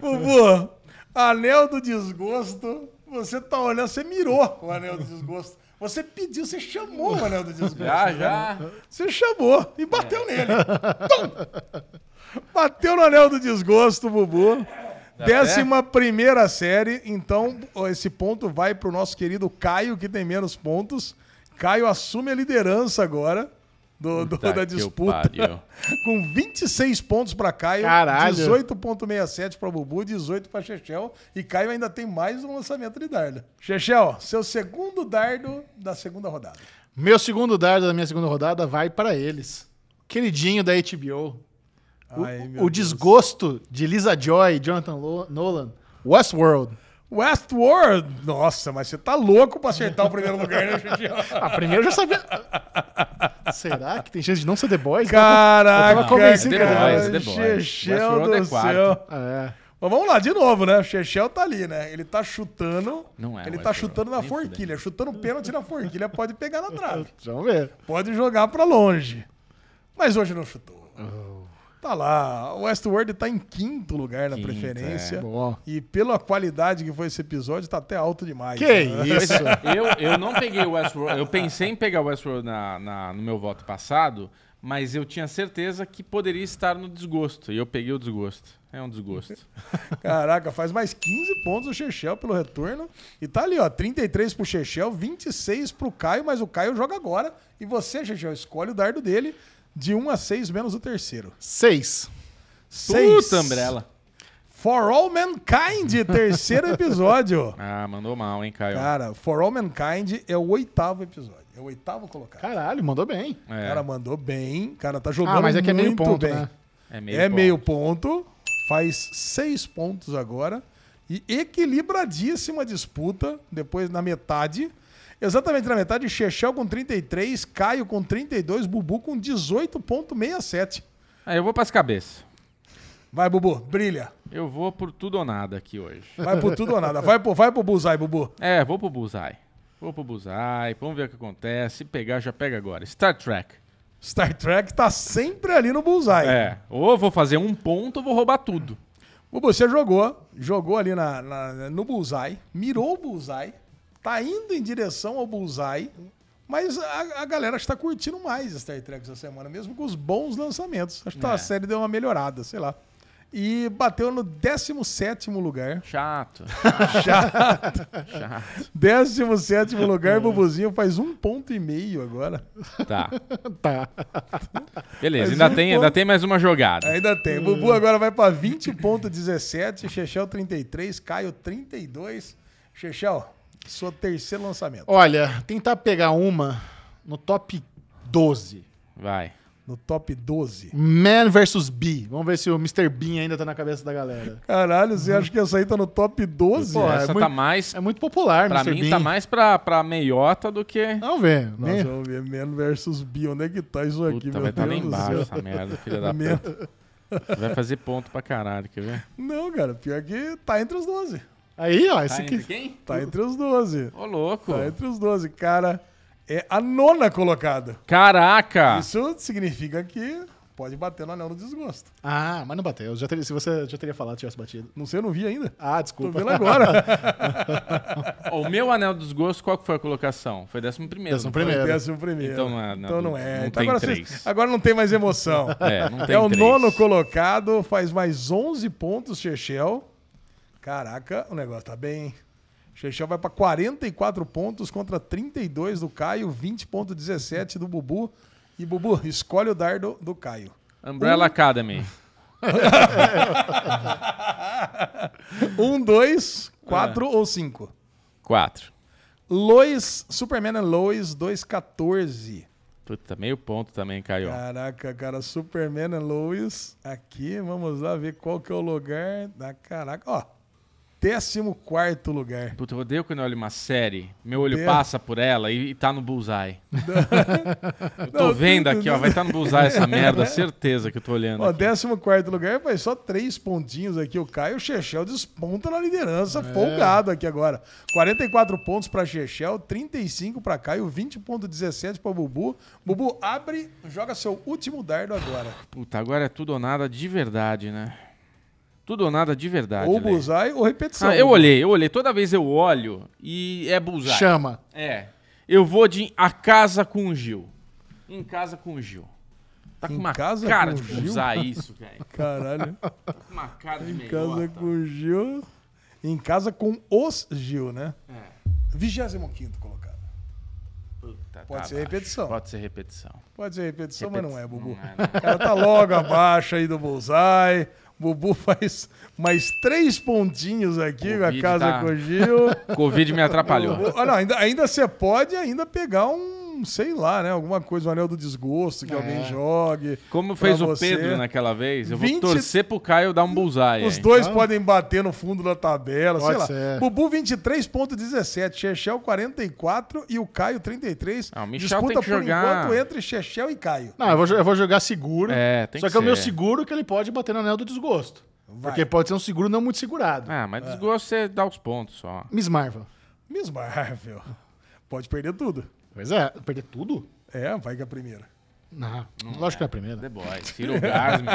Speaker 3: Bubu, anel do desgosto. Você tá olhando, você mirou o anel do desgosto. Você pediu, você chamou o anel do desgosto.
Speaker 2: Já,
Speaker 3: né?
Speaker 2: já.
Speaker 3: Você chamou e bateu
Speaker 2: É.
Speaker 3: nele. Tum! Bateu no anel do desgosto, Bubu. Décima primeira série. Então, ó, esse ponto vai pro nosso querido Caio, que tem menos pontos. Caio assume a liderança agora do, do-
Speaker 2: Puta
Speaker 3: da
Speaker 2: Tá que
Speaker 3: disputa.
Speaker 2: pariu.
Speaker 3: Com 26 pontos para Caio,
Speaker 1: Caralho.
Speaker 3: 18,67 para Bubu, 18 para Chechel. E Caio ainda tem mais um lançamento de dardo. Chechel, seu segundo dardo da segunda rodada.
Speaker 1: Meu segundo dardo da minha segunda rodada vai para eles. Queridinho da HBO. O-
Speaker 3: Ai, meu
Speaker 1: o
Speaker 3: Deus.
Speaker 1: desgosto de Lisa Joy e Jonathan Lo- Nolan. Westworld.
Speaker 3: Westworld! Nossa, mas você tá louco pra acertar o primeiro lugar, né, Xuxinha?
Speaker 1: Ah, primeiro eu já sabia. Será que tem chance de não ser The Boys? né? Eu
Speaker 3: Caraca,
Speaker 1: tava convencido,
Speaker 3: cara.
Speaker 2: The Boys, The Boys.
Speaker 3: Chechel
Speaker 2: é Westworld é
Speaker 3: do
Speaker 2: quarto.
Speaker 3: céu.
Speaker 1: Ah, é.
Speaker 3: Mas vamos lá, de novo, né? Chechel tá ali, né? Ele tá chutando.
Speaker 2: Não é
Speaker 3: ele tá
Speaker 2: Westworld,
Speaker 3: chutando na
Speaker 2: nem fudendo.
Speaker 3: forquilha. Chutando pênalti na forquilha, pode pegar na trave.
Speaker 1: Vamos ver.
Speaker 3: Pode jogar pra longe. Mas hoje não chutou.
Speaker 2: Oh.
Speaker 3: Tá lá. O Westworld tá em quinto lugar na
Speaker 2: Quinto,
Speaker 3: preferência.
Speaker 2: é.
Speaker 1: Bom.
Speaker 3: E pela qualidade que foi esse episódio, tá até alto demais.
Speaker 1: Que
Speaker 3: né?
Speaker 1: isso?
Speaker 2: É Eu, assim, eu não peguei o Westworld. Eu pensei em pegar o Westworld na, na- no meu voto passado, mas eu tinha certeza que poderia estar no desgosto. E eu peguei o desgosto. É um desgosto.
Speaker 3: Caraca, faz mais 15 pontos o Chechel pelo retorno. E tá ali, ó. 33 pro Chechel, 26 pro Caio, mas o Caio joga agora. E você, Chechel, escolhe o dardo dele um de 1 a 6 menos o terceiro.
Speaker 1: Seis.
Speaker 2: Puta,
Speaker 3: Seis.
Speaker 2: Umbrella.
Speaker 3: For All Mankind, terceiro episódio.
Speaker 2: Ah, mandou mal, hein, Caio?
Speaker 3: Cara, For All Mankind é o oitavo episódio. É o oitavo colocado.
Speaker 1: Caralho, mandou bem.
Speaker 3: O
Speaker 2: é,
Speaker 3: cara mandou bem, cara tá jogando
Speaker 1: Ah, mas é que é meio
Speaker 3: muito
Speaker 1: ponto,
Speaker 3: bem.
Speaker 1: né?
Speaker 2: é meio.
Speaker 3: É
Speaker 2: ponto.
Speaker 3: meio ponto, faz seis pontos agora e equilibradíssima disputa, depois na metade. Exatamente na metade, Chechel com 33, Caio com 32, Bubu com 18,67.
Speaker 2: Ah, eu vou pras cabeças.
Speaker 3: Vai, Bubu, brilha.
Speaker 2: Eu vou por tudo ou nada aqui hoje.
Speaker 3: Vai por tudo ou nada. Vai pro, vai pro Bullseye, Bubu.
Speaker 2: É, vou pro Bullseye. Vou pro Bullseye, vamos ver o que acontece. Se pegar, já pega agora. Star Trek.
Speaker 3: Star Trek tá sempre ali no Bullseye.
Speaker 2: É, ou vou fazer um ponto ou vou roubar tudo.
Speaker 3: Bubu, você jogou, jogou ali na, na- no Bullseye, mirou o Bullseye, tá indo em direção ao Bullseye, mas a, a galera está curtindo mais Star Trek essa semana, mesmo com os bons lançamentos. Acho que tá,
Speaker 2: É.
Speaker 3: a série deu uma melhorada, sei lá. E bateu no 17 lugar.
Speaker 2: Chato. Chato.
Speaker 3: 17 lugar, Bubuzinho faz um ponto e meio agora.
Speaker 2: Tá.
Speaker 1: Tá.
Speaker 2: Beleza,
Speaker 3: Mas É
Speaker 2: ainda
Speaker 3: um
Speaker 2: tem,
Speaker 3: ponto.
Speaker 2: ainda tem mais uma jogada.
Speaker 3: Ainda tem. Bubu agora vai pra 20.17, Chechel 33, Caio 32. Chechel, seu terceiro lançamento.
Speaker 1: Olha, tentar pegar uma no top 12.
Speaker 2: Vai.
Speaker 3: no top 12.
Speaker 1: Man versus Bee. Vamos ver se o Mr. Bean ainda tá na cabeça da galera.
Speaker 3: Caralho, você acha que essa aí tá no top 12?
Speaker 1: Pô, é
Speaker 2: Essa tá
Speaker 1: muito-
Speaker 2: mais.
Speaker 1: É muito popular,
Speaker 2: pra
Speaker 1: Mr.
Speaker 2: mim,
Speaker 1: Bean.
Speaker 2: tá mais pra, pra meiota do que.
Speaker 1: Vamos ver. né?
Speaker 3: Nós vamos ver né? Man versus B. Onde é que tá isso aqui,
Speaker 2: Puta,
Speaker 3: meu
Speaker 2: vai
Speaker 3: Deus
Speaker 2: tá lá
Speaker 3: do
Speaker 2: embaixo
Speaker 3: céu?
Speaker 2: essa merda, filha da
Speaker 3: Man-
Speaker 2: puta. Vai fazer ponto pra caralho, quer ver?
Speaker 3: Não, cara, pior que tá entre os 12.
Speaker 1: Aí, ó, esse aqui.
Speaker 2: quem?
Speaker 3: Tá entre os 12.
Speaker 2: Ô, louco.
Speaker 3: Tá entre os 12, cara. É a nona colocada.
Speaker 2: Caraca!
Speaker 3: Isso significa que pode bater no anel do desgosto.
Speaker 1: Ah, mas não bateu. Já teria, se você já teria falado, tivesse batido.
Speaker 3: Não sei, eu não vi ainda.
Speaker 1: Ah,
Speaker 3: Tô
Speaker 1: desculpa.
Speaker 3: vendo agora.
Speaker 2: Ó, o meu anel dos gostos, qual que foi a colocação? Foi décimo primeiro.
Speaker 1: Décimo
Speaker 2: não foi?
Speaker 1: primeiro.
Speaker 3: Décimo primeiro.
Speaker 2: Então não é, não,
Speaker 3: Então não é.
Speaker 2: não
Speaker 3: Então
Speaker 2: tem
Speaker 3: agora,
Speaker 2: três.
Speaker 3: vocês- agora não tem mais emoção.
Speaker 2: É, não tem
Speaker 3: É o
Speaker 2: três.
Speaker 3: nono colocado, faz mais 11 pontos, Chechel. Caraca, o negócio tá bem. hein? Chechel vai pra 44 pontos contra 32 do Caio, 20.17 do Bubu. E Bubu, escolhe o dardo do Caio.
Speaker 2: Umbrella Academy.
Speaker 3: Um, dois,
Speaker 2: É.
Speaker 3: quatro ou cinco.
Speaker 2: Quatro.
Speaker 3: Lois, Superman and Lois, 2.14.
Speaker 2: Puta, meio ponto também, Caio.
Speaker 3: Caraca, cara, Superman and Lois. Aqui, vamos lá ver qual que é o lugar da caraca. Ó, 14 lugar.
Speaker 2: Puta, eu odeio quando eu olho uma série, meu olho
Speaker 3: Deus.
Speaker 2: passa por ela e, e tá no bullseye. eu tô vendo aqui, ó, vai tá no bullseye essa merda, certeza que eu tô olhando.
Speaker 3: Ó,
Speaker 2: aqui.
Speaker 3: 14 lugar, faz só três pontinhos aqui. O Caio Chechel desponta na liderança,
Speaker 2: É.
Speaker 3: folgado aqui agora. 44 pontos pra Chechel, 35 pra Caio, 20,17 pra Bubu. Bubu, abre, joga seu último dardo agora.
Speaker 2: Puta, agora é tudo ou nada de verdade, né? Tudo ou nada Ah, de verdade.
Speaker 3: ou
Speaker 2: Lê.
Speaker 3: Buzai ou repetição.
Speaker 2: Ah, eu olhei, eu olhei. Toda vez eu olho e é bullseye.
Speaker 1: Chama.
Speaker 2: É. Eu vou de A Casa com o Gil. Em Casa com o Gil. Tá com
Speaker 3: Em
Speaker 2: uma
Speaker 3: Casa
Speaker 2: cara
Speaker 3: com
Speaker 2: de
Speaker 3: o Gil?
Speaker 2: bullseye isso, velho.
Speaker 3: Caralho,
Speaker 2: Tá com uma cara de
Speaker 3: em casa
Speaker 2: meiota.
Speaker 3: com o Gil. Em casa com os Gil, né?
Speaker 2: É.
Speaker 3: 25 colocado.
Speaker 2: Puta,
Speaker 3: Pode
Speaker 2: tá abaixo.
Speaker 3: ser repetição.
Speaker 2: Pode ser repetição.
Speaker 3: Pode ser repetição, mas não é,
Speaker 2: Não
Speaker 3: Bubu.
Speaker 2: é, não.
Speaker 3: O cara tá logo abaixo aí do Bullseye. Bubu faz mais três pontinhos aqui com a
Speaker 2: Covid
Speaker 3: casa
Speaker 2: tá-
Speaker 3: com o Gil.
Speaker 2: Covid me
Speaker 3: Bubu-
Speaker 2: atrapalhou.
Speaker 3: Ah, não, ainda, ainda você pode ainda pegar um, sei lá, né? Alguma coisa, um anel do desgosto que alguém jogue.
Speaker 2: É. Como fez
Speaker 3: Pra
Speaker 2: o
Speaker 3: você.
Speaker 2: Pedro né? naquela vez, eu vou
Speaker 3: 20
Speaker 2: torcer pro Caio dar um bullseye.
Speaker 3: Os
Speaker 2: hein?
Speaker 3: dois podem bater no fundo da tabela, sei
Speaker 1: Então? Pode
Speaker 3: lá.
Speaker 1: ser.
Speaker 3: Bubu 23.17, Chechel 44 e o Caio 33.
Speaker 2: Ah, o Michel tem que jogar.
Speaker 3: por enquanto entre Chechel e Caio.
Speaker 1: Não, eu vou, jo- eu vou jogar seguro.
Speaker 2: É, tem
Speaker 1: só
Speaker 2: que
Speaker 1: que, é o meu
Speaker 2: ser.
Speaker 1: seguro que ele pode bater no anel do desgosto.
Speaker 3: Vai.
Speaker 1: Porque pode ser um seguro não muito segurado.
Speaker 2: Ah, mas
Speaker 3: É.
Speaker 2: desgosto você dá os pontos só.
Speaker 1: Miss Marvel.
Speaker 3: Miss Marvel. Pode perder tudo.
Speaker 1: Pois é, perder tudo?
Speaker 3: É, vai que é a primeira.
Speaker 1: Não, lógico que é a primeira.
Speaker 2: The Boys, Ciro Gasme.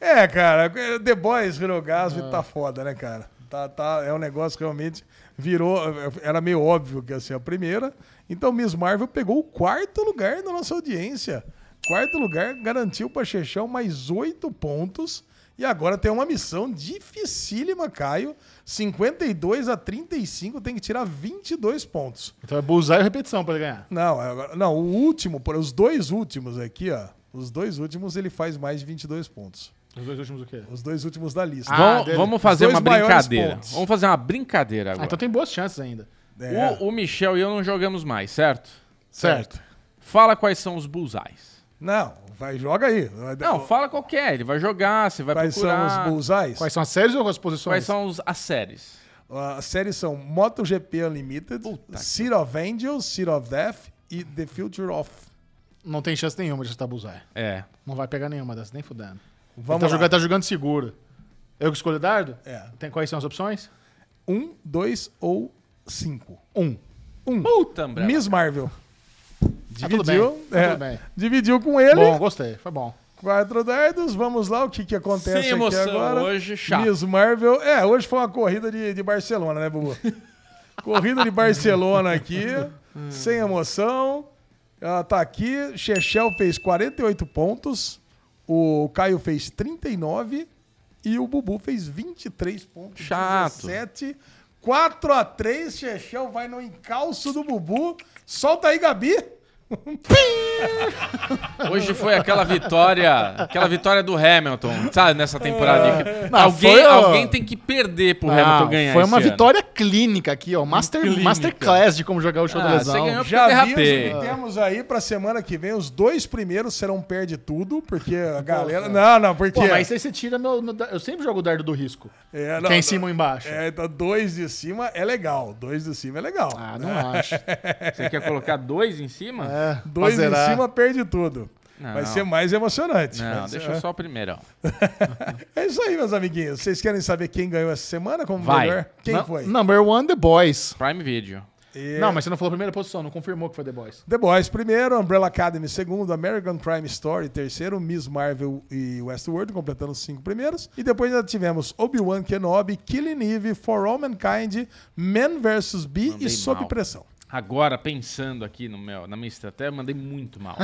Speaker 3: É, cara, The Boys virou gás e tá foda, né, cara? Tá, tá, é um negócio que realmente virou. Era meio óbvio que ia ser a primeira. Então, Miss Marvel pegou o quarto lugar da nossa audiência. Quarto lugar garantiu pra Chechão mais oito pontos. E agora tem uma missão dificílima, Caio. 52 a 35, tem que tirar 22 pontos.
Speaker 1: Então é bullseye ou repetição pra ele ganhar.
Speaker 3: Não, é agora- não, o último, por- os dois últimos aqui, ó. Os dois últimos ele faz mais de 22 pontos.
Speaker 1: Os dois últimos o quê?
Speaker 3: Os dois últimos da lista.
Speaker 1: Ah,
Speaker 2: Vamos-
Speaker 1: dele.
Speaker 2: vamos fazer
Speaker 3: Os
Speaker 2: uma
Speaker 3: dois maiores
Speaker 2: brincadeira.
Speaker 3: pontos.
Speaker 2: Vamos fazer uma brincadeira
Speaker 1: Ah,
Speaker 2: agora.
Speaker 1: então tá. tem boas chances ainda.
Speaker 3: É,
Speaker 2: o, o Michel e eu não jogamos mais, certo?
Speaker 1: Certo.
Speaker 2: Fala quais são os bullseyes.
Speaker 3: Não, vai, joga aí. Vai-
Speaker 2: Não, fala qualquer. Ele vai jogar, você vai
Speaker 3: Quais
Speaker 2: procurar.
Speaker 3: são os bullseyes?
Speaker 1: Quais são as séries ou as posições?
Speaker 2: Quais são os, as séries?
Speaker 3: Ah, As séries são MotoGP Unlimited,
Speaker 2: Puta que-
Speaker 3: Seat of Angels, Seat of Death e The Future of.
Speaker 1: Não tem chance nenhuma de acertar Bullseye.
Speaker 2: É.
Speaker 1: Não vai pegar nenhuma dessas, nem fudendo. Ele
Speaker 3: Vamos
Speaker 1: tá
Speaker 3: lá.
Speaker 1: jogando, tá jogando seguro. Eu que escolho o dardo?
Speaker 3: É.
Speaker 1: Tem, quais são as opções?
Speaker 3: Um, dois ou cinco.
Speaker 1: Um.
Speaker 3: Um.
Speaker 2: Puta, Umbrella.
Speaker 3: Miss Marvel.
Speaker 1: Ah, tudo bem.
Speaker 3: Dividiu.
Speaker 1: Ah,
Speaker 3: é,
Speaker 1: tudo bem.
Speaker 3: Dividiu com ele.
Speaker 1: Bom, gostei. Foi bom.
Speaker 3: Quatro dardos. Vamos lá, o que, que acontece
Speaker 2: Sem emoção
Speaker 3: aqui agora?
Speaker 2: hoje, chato.
Speaker 3: Miss Marvel. É, hoje foi uma corrida de, de Barcelona, né, Bubu? corrida de Barcelona aqui, sem emoção. Ela tá aqui. Chechel fez 48 pontos. O Caio fez 39. E o Bubu fez 23 pontos.
Speaker 2: Chato.
Speaker 3: 17. 4x3, Chechel vai no encalço do Bubu. Solta aí, Gabi.
Speaker 2: Hoje foi aquela vitória, aquela vitória do Hamilton, sabe, nessa temporada. aí que-
Speaker 1: Não,
Speaker 2: alguém,
Speaker 1: foi, ó.
Speaker 2: alguém tem que perder pro
Speaker 1: Ah,
Speaker 2: Hamilton ganhar.
Speaker 1: foi uma
Speaker 2: esse ano.
Speaker 1: vitória clínica aqui, ó. Master,
Speaker 2: Clínica.
Speaker 1: Masterclass de como jogar o show
Speaker 2: Ah,
Speaker 1: da lesão.
Speaker 2: você ganhou porque
Speaker 3: Já aviso
Speaker 2: derrapei.
Speaker 3: que temos aí pra semana que vem. Os dois primeiros serão perde tudo, porque a galera. Não, não, porque.
Speaker 1: Pô, mas aí você tira meu. meu da- Eu sempre jogo o dardo do risco.
Speaker 3: É,
Speaker 1: que é em cima ou embaixo.
Speaker 3: É, então dois de cima é legal. Dois de cima é legal.
Speaker 1: Ah, não acho.
Speaker 2: Você quer colocar dois em cima?
Speaker 1: É,
Speaker 3: dois
Speaker 1: pra
Speaker 3: de
Speaker 1: zerar.
Speaker 3: cima perde tudo.
Speaker 2: Não.
Speaker 3: Vai ser mais emocionante.
Speaker 2: Não,
Speaker 3: Vai ser-
Speaker 2: deixa só o primeiro. ó.
Speaker 3: É isso aí, meus amiguinhos. Vocês querem saber quem ganhou essa semana como
Speaker 2: Vai.
Speaker 3: melhor? Quem
Speaker 1: Nu-
Speaker 3: foi?
Speaker 1: Number one, The Boys.
Speaker 2: Prime Video.
Speaker 3: É,
Speaker 1: Não, mas você não falou a primeira posição, não confirmou que foi The Boys.
Speaker 3: The Boys primeiro, Umbrella Academy segundo, American Crime Story terceiro, Miss Marvel e Westworld completando os cinco primeiros. E depois já tivemos Obi-Wan Kenobi, Killing Eve, For All Mankind, Man vs. Bee
Speaker 2: Mandei
Speaker 3: e Sob
Speaker 2: mal.
Speaker 3: Pressão.
Speaker 2: Agora, pensando aqui no meu, na minha estratégia, eu mandei muito mal.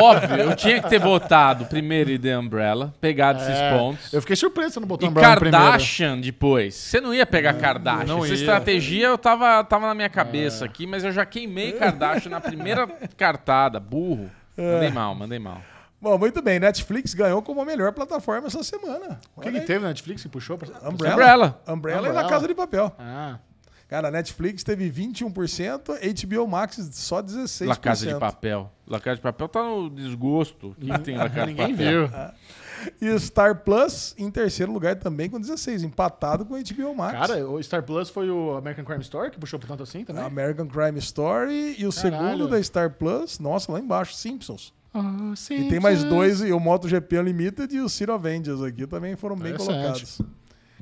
Speaker 2: Óbvio, eu tinha que ter votado primeiro e The Umbrella, pegado
Speaker 1: É,
Speaker 2: esses pontos.
Speaker 1: Eu fiquei surpreso, você não botou
Speaker 2: E
Speaker 1: o Brown primeiro.
Speaker 2: Kardashian depois. Você não ia pegar Kardashian.
Speaker 1: não
Speaker 2: Essa
Speaker 1: ia. É.
Speaker 2: estratégia eu tava, tava na minha cabeça aqui, mas eu já queimei Kardashian na primeira cartada. Burro.
Speaker 1: É.
Speaker 2: Mandei mal, mandei mal.
Speaker 3: Bom, muito bem. Netflix ganhou como a melhor plataforma essa semana.
Speaker 1: O que, que teve na Netflix que puxou? Pra...
Speaker 3: Umbrella.
Speaker 2: Umbrella.
Speaker 3: Umbrella. e
Speaker 1: Umbrella.
Speaker 3: La Casa de Papel.
Speaker 1: Ah,
Speaker 3: Cara, a Netflix teve 21%, HBO Max só 16%.
Speaker 2: La Casa de Papel. La Casa de Papel tá no desgosto. O que, que tem La Casa de Papel?
Speaker 1: ninguém viu.
Speaker 3: E Star Plus em terceiro lugar também com 16%, empatado com HBO Max.
Speaker 1: Cara, o Star Plus foi o American Crime Story que puxou por tanto assim também?
Speaker 3: American Crime Story e o segundo da Star Plus, nossa, lá embaixo, Simpsons.
Speaker 1: Ah, sim.
Speaker 3: E tem mais dois, e o MotoGP Unlimited e o Ciro Avengers aqui também foram bem
Speaker 1: Interessante.
Speaker 3: colocados.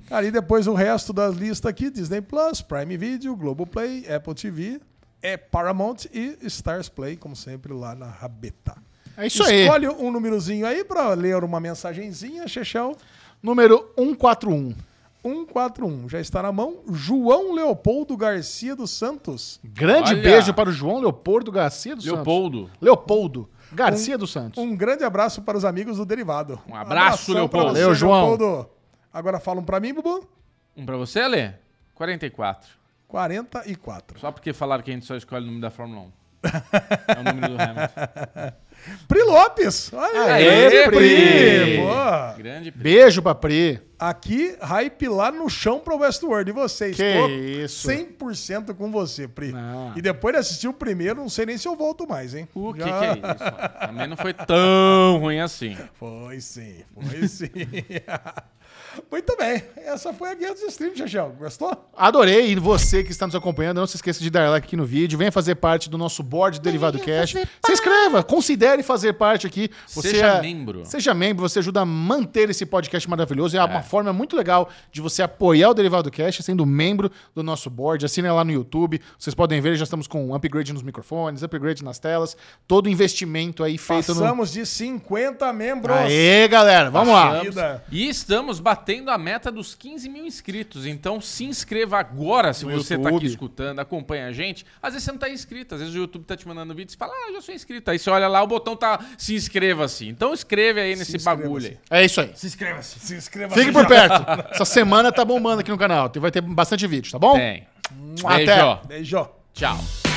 Speaker 3: Cara, e depois o resto da lista aqui, Disney Plus, Prime Video, Globoplay, Apple TV, é Paramount e Stars Play, como sempre, lá na Rabeta.
Speaker 1: É isso aí.
Speaker 3: Escolhe um númerozinho aí pra ler uma mensagenzinha, Chechel.
Speaker 1: Número 141.
Speaker 3: 141, já está na mão. João Leopoldo Garcia dos Santos.
Speaker 1: Grande
Speaker 2: Olha.
Speaker 1: beijo para o João Leopoldo Garcia dos
Speaker 2: Leopoldo.
Speaker 1: Santos. Leopoldo Garcia dos Santos.
Speaker 3: Um grande abraço para os amigos do Derivado.
Speaker 2: Um abraço,
Speaker 3: Abração
Speaker 2: Leopoldo.
Speaker 3: pra
Speaker 1: Valeu, João.
Speaker 3: Leopoldo. Agora falam para mim, Bubu.
Speaker 2: Um pra você, Lê? 44.
Speaker 3: 44.
Speaker 2: Só porque falaram que a gente só escolhe o número da Fórmula 1. É o número do Hamilton.
Speaker 3: Pri Lopes. Olha aí.
Speaker 2: Aê,
Speaker 1: Pri!
Speaker 3: Pri,
Speaker 1: Pri!
Speaker 3: pô.
Speaker 2: Grande Pri.
Speaker 1: Beijo pra Pri.
Speaker 3: Aqui, hype lá no chão para o Westworld. E você?
Speaker 1: Que
Speaker 3: Estou
Speaker 1: isso.
Speaker 3: 100% com você, Pri.
Speaker 1: Ah.
Speaker 3: E depois de assistir o primeiro, não sei nem se eu volto mais, hein?
Speaker 2: O que, que
Speaker 3: Já-
Speaker 2: é isso? Também não foi tão ruim assim.
Speaker 3: Foi sim, foi sim. Muito bem. Essa foi a guia dos streams, Chechel. Gostou?
Speaker 1: Adorei. E você que está nos acompanhando, não se esqueça de dar like aqui no vídeo. Venha fazer parte do nosso board Derivado Cash. Se inscreva, considere fazer parte aqui. é-
Speaker 2: Seja membro.
Speaker 1: Seja membro, você ajuda a manter esse podcast maravilhoso. É, uma forma muito legal de você apoiar o Derivado Cash sendo membro do nosso board. Assina lá no YouTube. Vocês podem ver, já estamos com um upgrade nos microfones, upgrade nas telas. Todo investimento aí feito no.
Speaker 3: Passamos de 50 membros.
Speaker 1: Aê, galera, vamos lá.
Speaker 2: Estamos- E estamos batendo a meta dos 15 mil inscritos. Então se inscreva agora se
Speaker 1: No
Speaker 2: você está
Speaker 1: YouTube.
Speaker 2: aqui escutando, acompanha a gente. Às vezes você não está inscrito, às vezes o YouTube está te mandando vídeo e você fala, ah, eu já sou inscrito. Aí você olha lá, o botão tá se inscreva-se. Então escreve aí nesse
Speaker 3: inscreva-se.
Speaker 2: bagulho aí.
Speaker 1: É isso aí.
Speaker 3: Se inscreva-se. Se inscreva
Speaker 1: Fique por perto. Essa semana tá bombando aqui no canal. Vai ter bastante vídeo, tá bom?
Speaker 2: Tem.
Speaker 1: Até.
Speaker 2: Beijo.
Speaker 3: Beijo.
Speaker 2: Tchau.